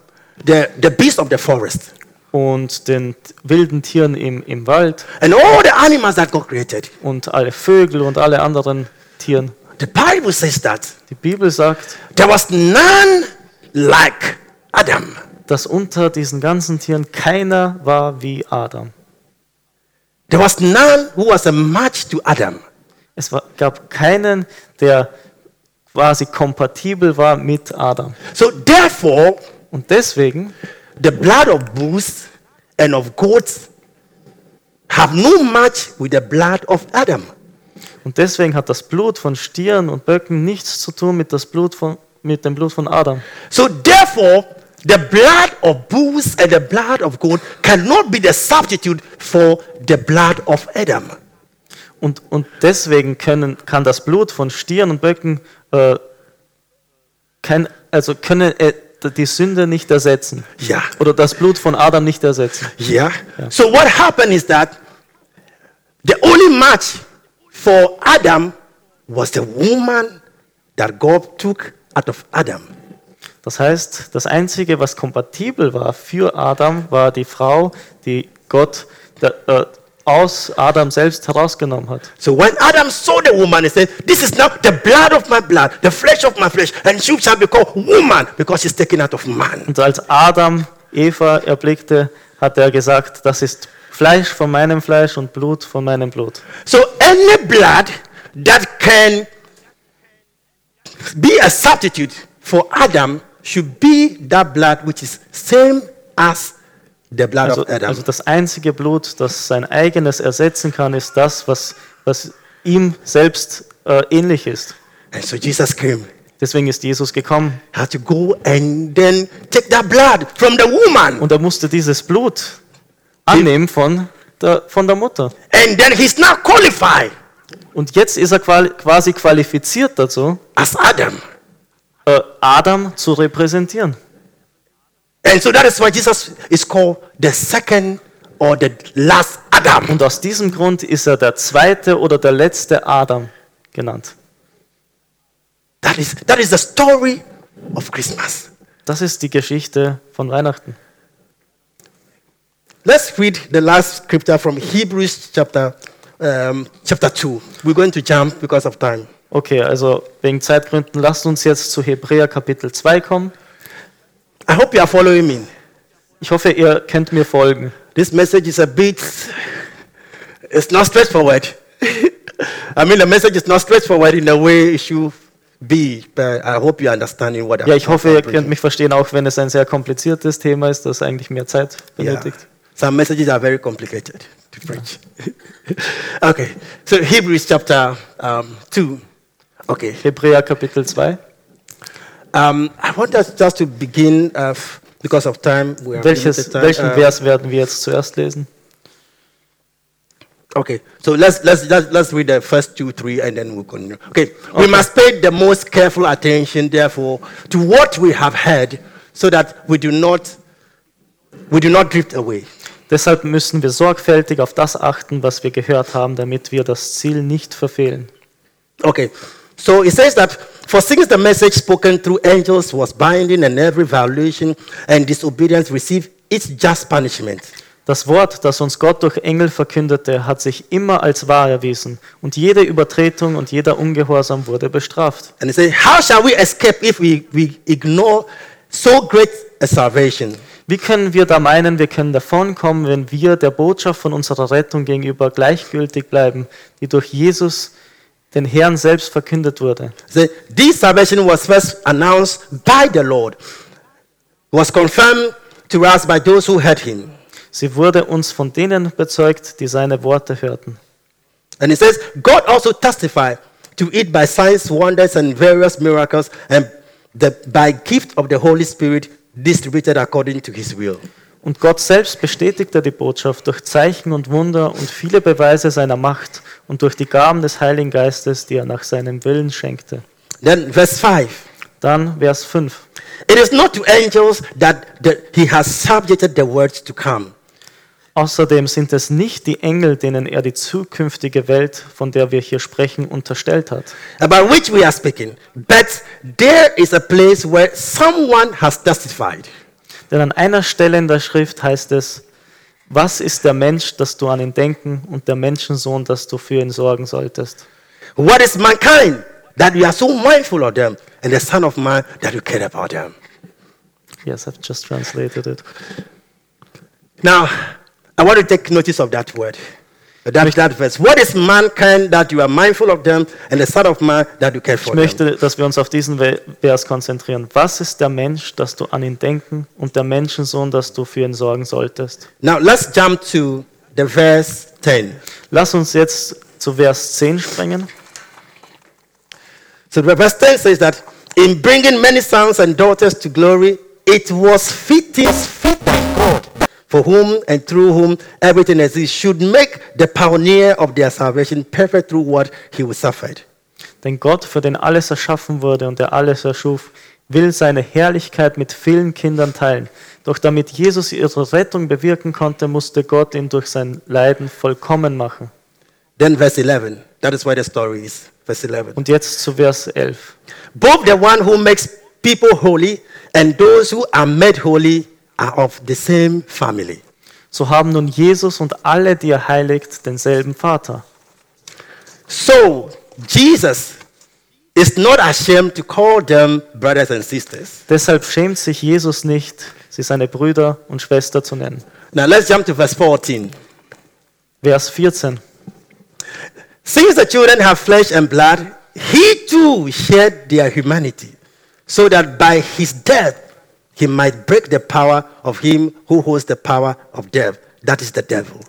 [SPEAKER 2] the, the beasts of the forest,
[SPEAKER 1] und den t- wilden Tieren im, im Wald
[SPEAKER 2] and all the animals that God created,
[SPEAKER 1] und alle Vögel und alle anderen Tieren.
[SPEAKER 2] the Bible says that
[SPEAKER 1] Die Bibel sagt,
[SPEAKER 2] there was none like Adam.
[SPEAKER 1] dass unter diesen ganzen Tieren keiner war wie Adam.
[SPEAKER 2] There was none who was a match to Adam.
[SPEAKER 1] Es war, gab keinen, der quasi kompatibel war mit Adam.
[SPEAKER 2] So therefore,
[SPEAKER 1] Und deswegen
[SPEAKER 2] the blood of bulls and of goats have no match with the blood of Adam.
[SPEAKER 1] Und deswegen hat das Blut von Stieren und Böcken nichts zu tun mit, das Blut von, mit dem Blut von Adam.
[SPEAKER 2] So therefore, the blood of bulls and the blood of goat cannot be the substitute for the blood of Adam.
[SPEAKER 1] Und, und deswegen können, kann das Blut von Stieren und Böcken äh, kein, also können äh, die Sünde nicht ersetzen.
[SPEAKER 2] Yeah.
[SPEAKER 1] Oder das Blut von Adam nicht ersetzen.
[SPEAKER 2] Yeah. So what happened is that the only match for Adam was the woman that God took out of Adam.
[SPEAKER 1] Das heißt, das Einzige, was kompatibel war für Adam, war die Frau, die Gott da- äh, aus Adam selbst herausgenommen hat.
[SPEAKER 2] So when Adam saw the woman, he said, This is now the blood of my blood, the flesh of my flesh, and she shall be called woman because she's taken out of man.
[SPEAKER 1] Und als Adam Eva erblickte, hat er gesagt, das ist Fleisch von meinem Fleisch und Blut von meinem Blut.
[SPEAKER 2] So any blood that can be a substitute for Adam should be that blood which is same as the blood
[SPEAKER 1] Also,
[SPEAKER 2] of Adam.
[SPEAKER 1] also das einzige Blut, das sein eigenes ersetzen kann, ist das, was, was ihm selbst äh, ähnlich ist.
[SPEAKER 2] and so Jesus came,
[SPEAKER 1] Deswegen ist Jesus gekommen
[SPEAKER 2] had to go and then take that blood from the woman.
[SPEAKER 1] und er musste dieses Blut annehmen von der, von der Mutter.
[SPEAKER 2] And then he's now qualified
[SPEAKER 1] Und jetzt ist er qual- quasi qualifiziert dazu,
[SPEAKER 2] as Adam.
[SPEAKER 1] äh, Adam zu repräsentieren.
[SPEAKER 2] And so that is why Jesus is called the second or the last Adam.
[SPEAKER 1] Und aus diesem Grund ist er der zweite oder der letzte Adam genannt.
[SPEAKER 2] That is, that is the story of Christmas.
[SPEAKER 1] Das ist die Geschichte von Weihnachten.
[SPEAKER 2] Let's read the last scripture from Hebrews chapter, um, chapter 2. We're going to jump because of time.
[SPEAKER 1] Okay, also wegen Zeitgründen lasst uns jetzt zu Hebräer Kapitel 2 kommen.
[SPEAKER 2] I hope you are following me.
[SPEAKER 1] Ich hoffe, ihr könnt mir folgen.
[SPEAKER 2] This message is a bit, it's not straightforward. I mean, the message is not straightforward in the way it should be, but I hope you're understanding what
[SPEAKER 1] Ja,
[SPEAKER 2] I'm
[SPEAKER 1] ich hoffe, ihr könnt mich verstehen, auch wenn es ein sehr kompliziertes Thema ist, das eigentlich mehr Zeit
[SPEAKER 2] Yeah.
[SPEAKER 1] benötigt.
[SPEAKER 2] Some messages are very complicated to preach. okay, so Hebrews chapter um, 2. Okay,
[SPEAKER 1] Hebräer Kapitel 2.
[SPEAKER 2] um, I want us just to begin uh, f- because of time. We are
[SPEAKER 1] Welches,
[SPEAKER 2] limited time.
[SPEAKER 1] welchen
[SPEAKER 2] Uh,
[SPEAKER 1] Vers werden wir jetzt zuerst lesen?
[SPEAKER 2] Okay, so let's, let's, let's, let's read the first two, three, and then we'll continue. Okay. we must pay the most careful attention, therefore, to what we have heard so that we do not, we do not drift away.
[SPEAKER 1] Deshalb müssen wir sorgfältig auf das achten, was wir gehört haben, damit wir das Ziel nicht verfehlen.
[SPEAKER 2] Okay. So it says that for since the message spoken through angels was binding and every violation and disobedience received its just punishment.
[SPEAKER 1] Das Wort, das uns Gott durch Engel verkündete, hat sich immer als wahr erwiesen und jede Übertretung und jeder Ungehorsam wurde bestraft.
[SPEAKER 2] And it says, How shall we escape if we, we ignore so great a salvation?
[SPEAKER 1] Wie können wir da meinen, wir können davonkommen, wenn wir der Botschaft von unserer Rettung gegenüber gleichgültig bleiben, die durch Jesus, den Herrn selbst, verkündet wurde?
[SPEAKER 2] It says, this salvation was first announced by the Lord, was confirmed to us by those who heard him.
[SPEAKER 1] Sie wurde uns von denen bezeugt, die seine Worte hörten.
[SPEAKER 2] And it says, God also testified to it by signs, wonders, and various miracles and the, by gift of the Holy Spirit distributed according to his will.
[SPEAKER 1] Und Gott selbst bestätigte die Botschaft durch Zeichen und Wunder und viele Beweise seiner Macht und durch die Gaben des Heiligen Geistes, die er nach seinem Willen schenkte.
[SPEAKER 2] Then verse 5.
[SPEAKER 1] Dann Vers 5.
[SPEAKER 2] It is not to angels that the, he has subjected the words to come,
[SPEAKER 1] Außerdem sind es nicht die Engel, denen er die zukünftige Welt, von der wir hier sprechen, unterstellt hat.
[SPEAKER 2] about which we are speaking, but there is a place where someone has testified.
[SPEAKER 1] Denn an einer Stelle in der Schrift heißt es, was ist der Mensch, dass du an ihn denken und der Menschensohn, dass du für ihn sorgen solltest?
[SPEAKER 2] What is mankind that we are so mindful of them, and the Son of Man that you care about them?
[SPEAKER 1] Yes, I've just translated it.
[SPEAKER 2] Now, I want to take notice of that word. That, that verse. What is mankind that you are mindful of them, and the Son of Man that you care
[SPEAKER 1] Ich
[SPEAKER 2] for them?
[SPEAKER 1] möchte, dass wir uns auf diesen Ve- Vers konzentrieren. Was ist der Mensch, dass du an ihn denken und der Menschensohn, dass du für ihn sorgen solltest?
[SPEAKER 2] Now, let's jump to the verse 10.
[SPEAKER 1] Lass uns jetzt zu Vers 10 springen.
[SPEAKER 2] So the verse 10 says that in bringing many sons and daughters to glory, it was fitting, fit by God, for whom and through whom everything exists, should make the pioneer of their salvation perfect through what he was suffered.
[SPEAKER 1] Denn Gott, für den alles erschaffen wurde und der alles erschuf, will seine Herrlichkeit mit vielen Kindern teilen. Doch damit Jesus ihre Rettung bewirken konnte, musste Gott ihn durch sein Leiden vollkommen machen.
[SPEAKER 2] Then verse 11. That is where the story is. Verse 11.
[SPEAKER 1] Und jetzt zu Vers 11.
[SPEAKER 2] Both the one who makes people holy and those who are made holy are of the same family.
[SPEAKER 1] So haben nun Jesus und alle, die er heiligt, denselben Vater.
[SPEAKER 2] So Jesus is not ashamed to call them brothers and sisters.
[SPEAKER 1] Deshalb schämt sich Jesus nicht, sie seine Brüder und Schwester zu nennen.
[SPEAKER 2] Now let's jump to verse 14.
[SPEAKER 1] Vers 14.
[SPEAKER 2] Since the children have flesh and blood, he too shared their humanity, so that by his death he might break the power of him who holds the power of death. That is the devil.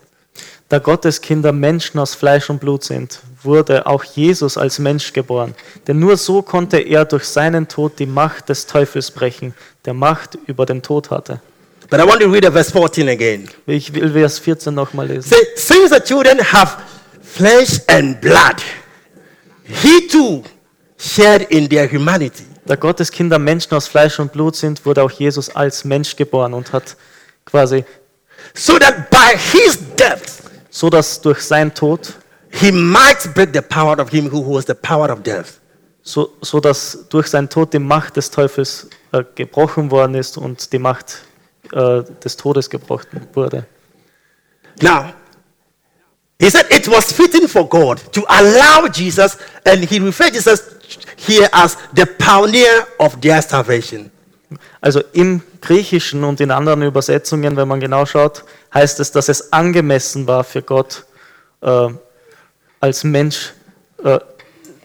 [SPEAKER 1] Da Gottes Kinder Menschen aus Fleisch und Blut sind, wurde auch Jesus als Mensch geboren. Denn nur so konnte er durch seinen Tod die Macht des Teufels brechen, der Macht über den Tod hatte.
[SPEAKER 2] But I want to read the verse 14 again.
[SPEAKER 1] Ich will Vers 14 nochmal lesen.
[SPEAKER 2] Say, since the children have flesh and blood, he too shared in their humanity,
[SPEAKER 1] Da Gottes Kinder Menschen aus Fleisch und Blut sind, wurde auch Jesus als Mensch geboren und hat quasi,
[SPEAKER 2] so that by his death
[SPEAKER 1] so dass durch seinen Tod,
[SPEAKER 2] he might break the power of him who holds the power of death.
[SPEAKER 1] so, so dass durch seinen Tod die Macht des Teufels äh, gebrochen worden ist und die Macht äh, des Todes gebrochen wurde.
[SPEAKER 2] Now, he said it was fitting for God to allow Jesus, and he referred Jesus here as the pioneer of their salvation.
[SPEAKER 1] Also im Griechischen und in anderen Übersetzungen, wenn man genau schaut, heißt es, dass es angemessen war für Gott, äh, als Mensch äh,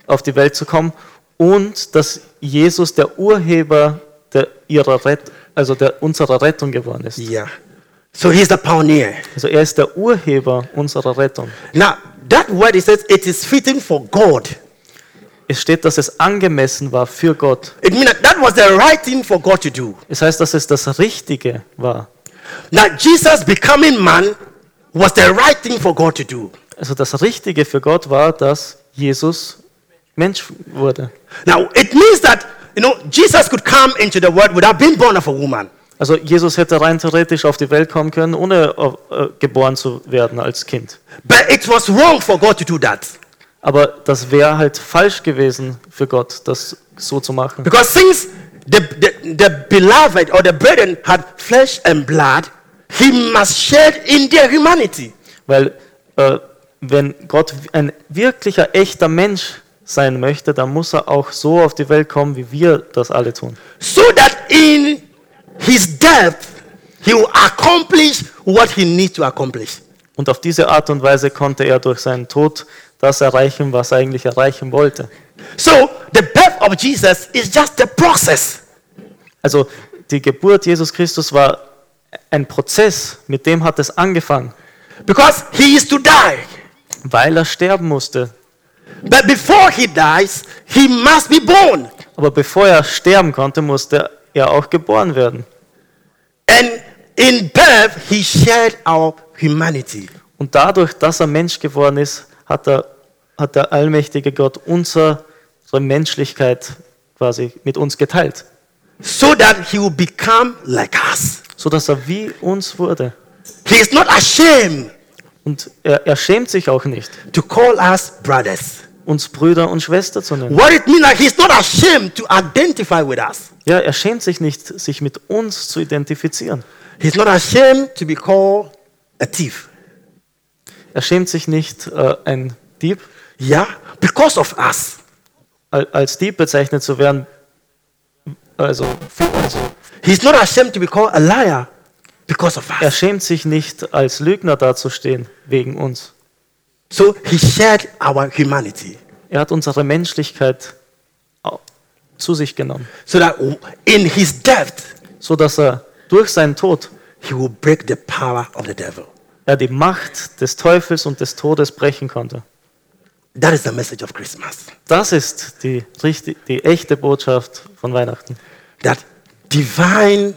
[SPEAKER 1] auf die Welt zu kommen und dass Jesus der Urheber der, ihrer Rett also der, unserer Rettung geworden ist.
[SPEAKER 2] Yeah. So he's the pioneer.
[SPEAKER 1] Also er ist der Urheber unserer Rettung.
[SPEAKER 2] Now, that word he says it is fitting for God.
[SPEAKER 1] Es steht, dass es angemessen war für Gott.
[SPEAKER 2] It means that that was the right thing for God to do.
[SPEAKER 1] Es heißt, dass es das Richtige war.
[SPEAKER 2] Now, Jesus becoming man was the right thing for God to do.
[SPEAKER 1] Also das Richtige für Gott war, dass Jesus Mensch wurde.
[SPEAKER 2] Now, it means that, you know, Jesus could come into the world without being born of a woman.
[SPEAKER 1] Also Jesus hätte rein theoretisch auf die Welt kommen können, ohne äh, geboren zu werden als Kind.
[SPEAKER 2] But it was wrong for God to do that.
[SPEAKER 1] Aber das wäre halt falsch gewesen für Gott, das so zu machen.
[SPEAKER 2] Because since the, the, the beloved or the brethren had flesh and blood, he must shed in their humanity.
[SPEAKER 1] Weil äh, wenn Gott ein wirklicher, echter Mensch sein möchte, dann muss er auch so auf die Welt kommen, wie wir das alle tun.
[SPEAKER 2] So that in his death, he will accomplish what he needs to accomplish.
[SPEAKER 1] Und auf diese Art und Weise konnte er durch seinen Tod das erreichen, was er eigentlich erreichen wollte.
[SPEAKER 2] So the birth of Jesus is just the process.
[SPEAKER 1] Also die Geburt Jesus Christus war ein Prozess, mit dem hat es angefangen.
[SPEAKER 2] Because he is to die.
[SPEAKER 1] weil er sterben musste.
[SPEAKER 2] But before he dies, he must be born.
[SPEAKER 1] Aber bevor er sterben konnte, musste er auch geboren werden.
[SPEAKER 2] And in birth, he shared our humanity.
[SPEAKER 1] Und dadurch, dass er Mensch geworden ist, hat, er, hat der allmächtige Gott unsere Menschlichkeit quasi mit uns geteilt,
[SPEAKER 2] so that he will become like us.
[SPEAKER 1] sodass er wie uns wurde.
[SPEAKER 2] He is not ashamed
[SPEAKER 1] Und er, er schämt sich auch nicht,
[SPEAKER 2] to call us brothers.
[SPEAKER 1] uns Brüder und Schwester zu nennen.
[SPEAKER 2] What it means that he's not ashamed to identify with us.
[SPEAKER 1] Ja, er schämt sich nicht, sich mit uns zu identifizieren.
[SPEAKER 2] He's not ashamed to be called a thief.
[SPEAKER 1] Er schämt sich nicht, äh, ein Dieb
[SPEAKER 2] Yeah? Because of us.
[SPEAKER 1] al- als Dieb bezeichnet zu werden. Also für uns.
[SPEAKER 2] He's not ashamed to be called a liar because of
[SPEAKER 1] Er
[SPEAKER 2] us.
[SPEAKER 1] schämt sich nicht, als Lügner dazustehen wegen uns.
[SPEAKER 2] So he shared our humanity.
[SPEAKER 1] Er hat unsere Menschlichkeit au- zu sich genommen,
[SPEAKER 2] So that w- in his death,
[SPEAKER 1] so dass er durch seinen Tod
[SPEAKER 2] he will break the power of the devil.
[SPEAKER 1] er die Macht des Teufels und des Todes brechen konnte.
[SPEAKER 2] That is the message of Christmas.
[SPEAKER 1] Das ist die, richtig, die echte Botschaft von Weihnachten.
[SPEAKER 2] That divine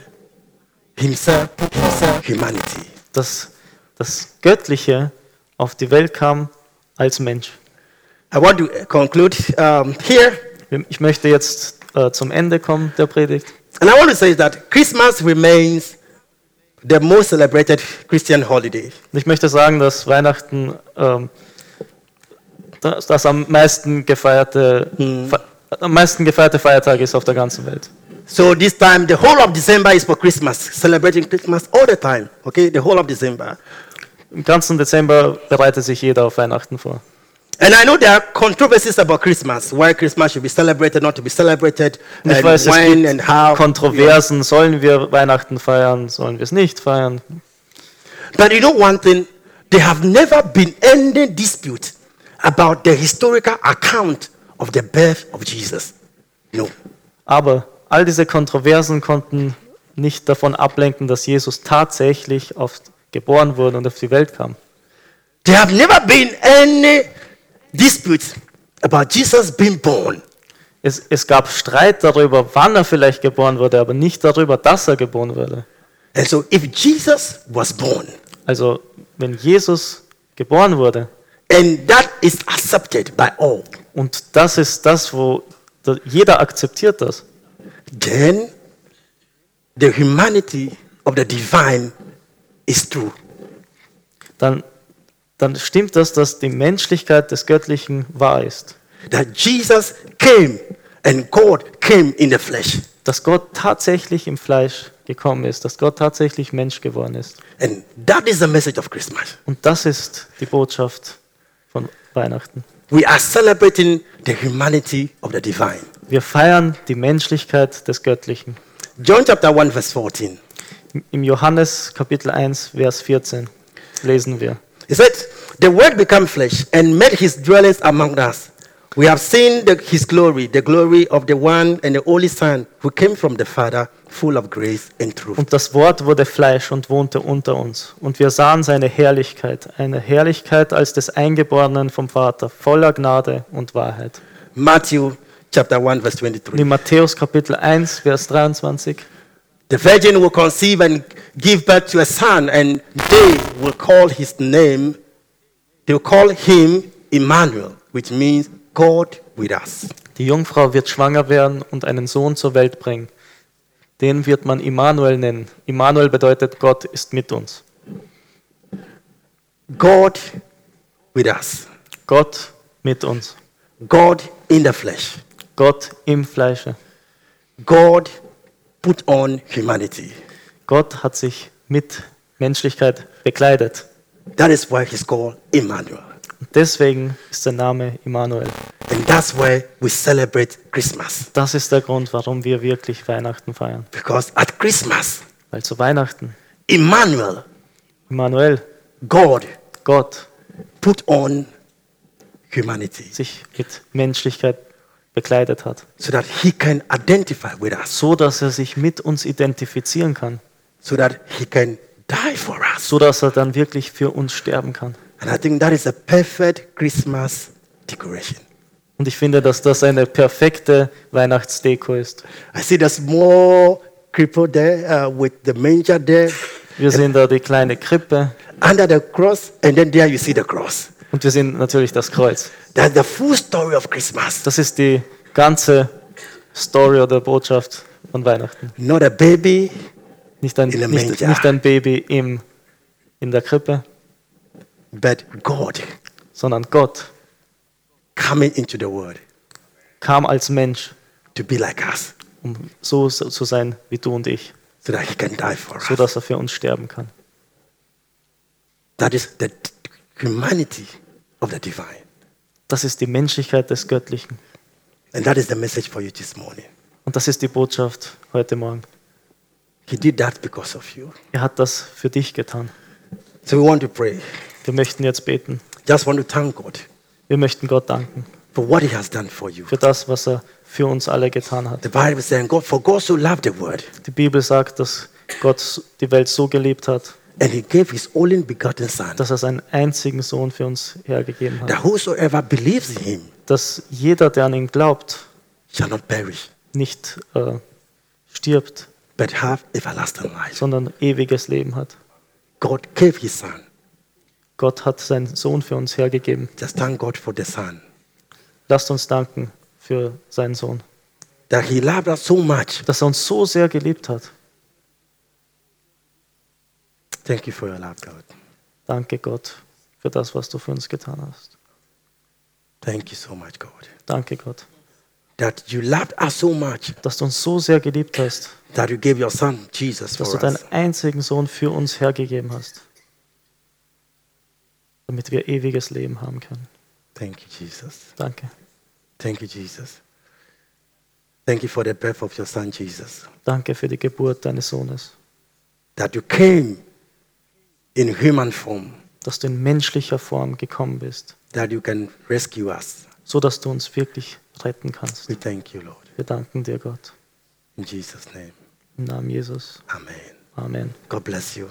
[SPEAKER 2] himself, himself humanity.
[SPEAKER 1] Dass das Göttliche auf die Welt kam als Mensch.
[SPEAKER 2] I want to uh, conclude um, here,
[SPEAKER 1] Ich möchte jetzt äh, zum Ende kommen der Predigt.
[SPEAKER 2] and I want to say that Christmas remains the most celebrated Christian holiday.
[SPEAKER 1] Und ich möchte sagen, dass Weihnachten ähm, das, das am meisten gefeierte
[SPEAKER 2] Mhm.
[SPEAKER 1] Fe- am meisten gefeierte Feiertag ist auf der ganzen Welt.
[SPEAKER 2] So this time, the whole of December is for Christmas, celebrating Christmas all the time. Okay, the whole of December.
[SPEAKER 1] Im ganzen Dezember bereitet sich jeder auf Weihnachten vor.
[SPEAKER 2] And I know there are controversies about Christmas, why Christmas should be celebrated, not to be celebrated,
[SPEAKER 1] Und ich
[SPEAKER 2] and
[SPEAKER 1] weiß, es
[SPEAKER 2] when and
[SPEAKER 1] gibt
[SPEAKER 2] how.
[SPEAKER 1] Kontroversen. Sollen wir Weihnachten feiern? Sollen wir es nicht feiern?
[SPEAKER 2] But you know one thing, there have never been any dispute about the historical account of the birth of Jesus. No.
[SPEAKER 1] Aber all diese Kontroversen konnten nicht davon ablenken, dass Jesus tatsächlich auf, geboren wurde und auf die Welt kam.
[SPEAKER 2] There have never been any disputes about Jesus being born.
[SPEAKER 1] Es, es gab Streit darüber, wann er vielleicht geboren wurde, aber nicht darüber, dass er geboren wurde.
[SPEAKER 2] And so if Jesus was born
[SPEAKER 1] Also, wenn Jesus geboren wurde,
[SPEAKER 2] and that is accepted by all,
[SPEAKER 1] und das ist das, wo da- jeder akzeptiert das,
[SPEAKER 2] then the humanity of the divine is true.
[SPEAKER 1] dann, dann stimmt das, dass die Menschlichkeit des Göttlichen wahr ist.
[SPEAKER 2] That Jesus came and God came in the flesh.
[SPEAKER 1] Dass Gott tatsächlich im Fleisch gekommen ist, dass Gott tatsächlich Mensch geworden ist.
[SPEAKER 2] And that is the message of Christmas.
[SPEAKER 1] Und das ist die Botschaft von Weihnachten.
[SPEAKER 2] We are celebrating the humanity of the divine.
[SPEAKER 1] Wir feiern die Menschlichkeit des Göttlichen.
[SPEAKER 2] John chapter 1, verse 14.
[SPEAKER 1] Im Johannes Kapitel 1, Vers 14 lesen wir.
[SPEAKER 2] He said, The Word became flesh and made his dwellings among us. We have seen the, his glory, the glory of the one and the only Son who came from the Father, full of grace and truth.
[SPEAKER 1] Und das Wort wurde Fleisch und wohnte unter uns. Und wir sahen seine Herrlichkeit, eine Herrlichkeit als des Eingeborenen vom Vater, voller Gnade und Wahrheit.
[SPEAKER 2] Matthew chapter 1, verse
[SPEAKER 1] Und
[SPEAKER 2] 23.
[SPEAKER 1] in Matthäus Kapitel 1, Vers 23.
[SPEAKER 2] The virgin will conceive and give birth to a son, and they will call his name, they will call him Emmanuel, which means God with us.
[SPEAKER 1] Die Jungfrau wird schwanger werden und einen Sohn zur Welt bringen. Den wird man Immanuel nennen. Immanuel bedeutet, Gott ist mit uns.
[SPEAKER 2] God with us.
[SPEAKER 1] Gott mit uns.
[SPEAKER 2] God in the flesh.
[SPEAKER 1] Gott im Fleische.
[SPEAKER 2] God put on humanity.
[SPEAKER 1] Gott hat sich mit Menschlichkeit bekleidet.
[SPEAKER 2] That is why he's called Emmanuel.
[SPEAKER 1] Und deswegen ist der Name Immanuel.
[SPEAKER 2] And that's why we celebrate Christmas.
[SPEAKER 1] Das ist der Grund, warum wir wirklich Weihnachten feiern.
[SPEAKER 2] Because at Christmas,
[SPEAKER 1] Weil zu Weihnachten
[SPEAKER 2] Emmanuel,
[SPEAKER 1] Immanuel,
[SPEAKER 2] God,
[SPEAKER 1] Gott,
[SPEAKER 2] put on humanity
[SPEAKER 1] sich mit Menschlichkeit bekleidet hat,
[SPEAKER 2] so that he can identify with us,
[SPEAKER 1] so dass er sich mit uns identifizieren kann,
[SPEAKER 2] so that he can die for us.
[SPEAKER 1] so dass er dann wirklich für uns sterben kann.
[SPEAKER 2] And I think that is a perfect Christmas decoration.
[SPEAKER 1] Und ich finde, dass das eine perfekte Weihnachtsdeko ist.
[SPEAKER 3] I see the small cripple there uh, with the manger there,
[SPEAKER 1] Wir sehen da die kleine Krippe
[SPEAKER 3] under the cross,
[SPEAKER 2] And then there you see the cross.
[SPEAKER 1] und wir sehen natürlich das Kreuz.
[SPEAKER 2] That's the full story of Christmas.
[SPEAKER 1] Das ist die ganze Story oder Botschaft von Weihnachten.
[SPEAKER 2] Not a baby,
[SPEAKER 1] Nicht ein,
[SPEAKER 2] In a
[SPEAKER 1] nicht,
[SPEAKER 2] manger.
[SPEAKER 1] nicht ein Baby im, in der Krippe,
[SPEAKER 2] but God
[SPEAKER 1] sondern Gott
[SPEAKER 2] coming into the world
[SPEAKER 1] kam als Mensch,
[SPEAKER 2] to be like us
[SPEAKER 1] um so so zu sein wie du und ich,
[SPEAKER 2] so that he can die for us.
[SPEAKER 1] sodass er für uns sterben kann.
[SPEAKER 2] that is the humanity of the divine.
[SPEAKER 1] Das ist die Menschlichkeit des Göttlichen.
[SPEAKER 2] And that is the message for you this morning.
[SPEAKER 1] Und das ist die Botschaft heute Morgen.
[SPEAKER 2] He did that because of you.
[SPEAKER 1] Er hat das für dich getan.
[SPEAKER 2] So we want to pray.
[SPEAKER 1] Wir möchten jetzt beten.
[SPEAKER 2] Just want to thank God
[SPEAKER 1] Wir möchten Gott danken
[SPEAKER 2] for what he has done for you.
[SPEAKER 1] für das, was er für uns alle getan hat.
[SPEAKER 2] The Bible says, God, for God so loved the world,
[SPEAKER 1] Die Bibel sagt, dass Gott die Welt so geliebt hat,
[SPEAKER 2] and he gave his only begotten son,
[SPEAKER 1] dass er seinen einzigen Sohn für uns hergegeben
[SPEAKER 2] that
[SPEAKER 1] hat.
[SPEAKER 2] whosoever believes in him
[SPEAKER 1] Dass jeder, der an ihn glaubt,
[SPEAKER 2] shall not perish,
[SPEAKER 1] nicht äh, stirbt,
[SPEAKER 2] but have everlasting life.
[SPEAKER 1] sondern ewiges Leben hat.
[SPEAKER 2] God gave his son.
[SPEAKER 1] Gott hat seinen Sohn für uns hergegeben.
[SPEAKER 2] Just thank God for the son,
[SPEAKER 1] Lasst uns danken für seinen Sohn,
[SPEAKER 2] that he loved us so much.
[SPEAKER 1] dass er uns so sehr geliebt hat.
[SPEAKER 2] Thank you for your love, God.
[SPEAKER 1] Danke Gott für das, was du für uns getan hast.
[SPEAKER 2] Thank you so much, God,
[SPEAKER 1] Danke Gott,
[SPEAKER 2] that you loved us so much
[SPEAKER 1] dass du uns so sehr geliebt hast,
[SPEAKER 2] that you gave your son Jesus
[SPEAKER 1] dass
[SPEAKER 2] for
[SPEAKER 1] du deinen
[SPEAKER 2] us.
[SPEAKER 1] einzigen Sohn für uns hergegeben hast, damit wir ewiges Leben haben können.
[SPEAKER 2] Thank you, Jesus.
[SPEAKER 1] Danke.
[SPEAKER 2] Thank you, Jesus. Thank you for the birth of your son Jesus.
[SPEAKER 1] Danke für die Geburt deines Sohnes,
[SPEAKER 2] That you came in human form,
[SPEAKER 1] dass du in menschlicher Form gekommen bist,
[SPEAKER 2] that you can rescue us.
[SPEAKER 1] so dass du uns wirklich retten kannst.
[SPEAKER 2] We thank you, Lord.
[SPEAKER 1] Wir danken dir, Gott.
[SPEAKER 2] In Jesus' name.
[SPEAKER 1] Im Namen Jesus.
[SPEAKER 2] Amen.
[SPEAKER 1] Amen.
[SPEAKER 2] God bless you.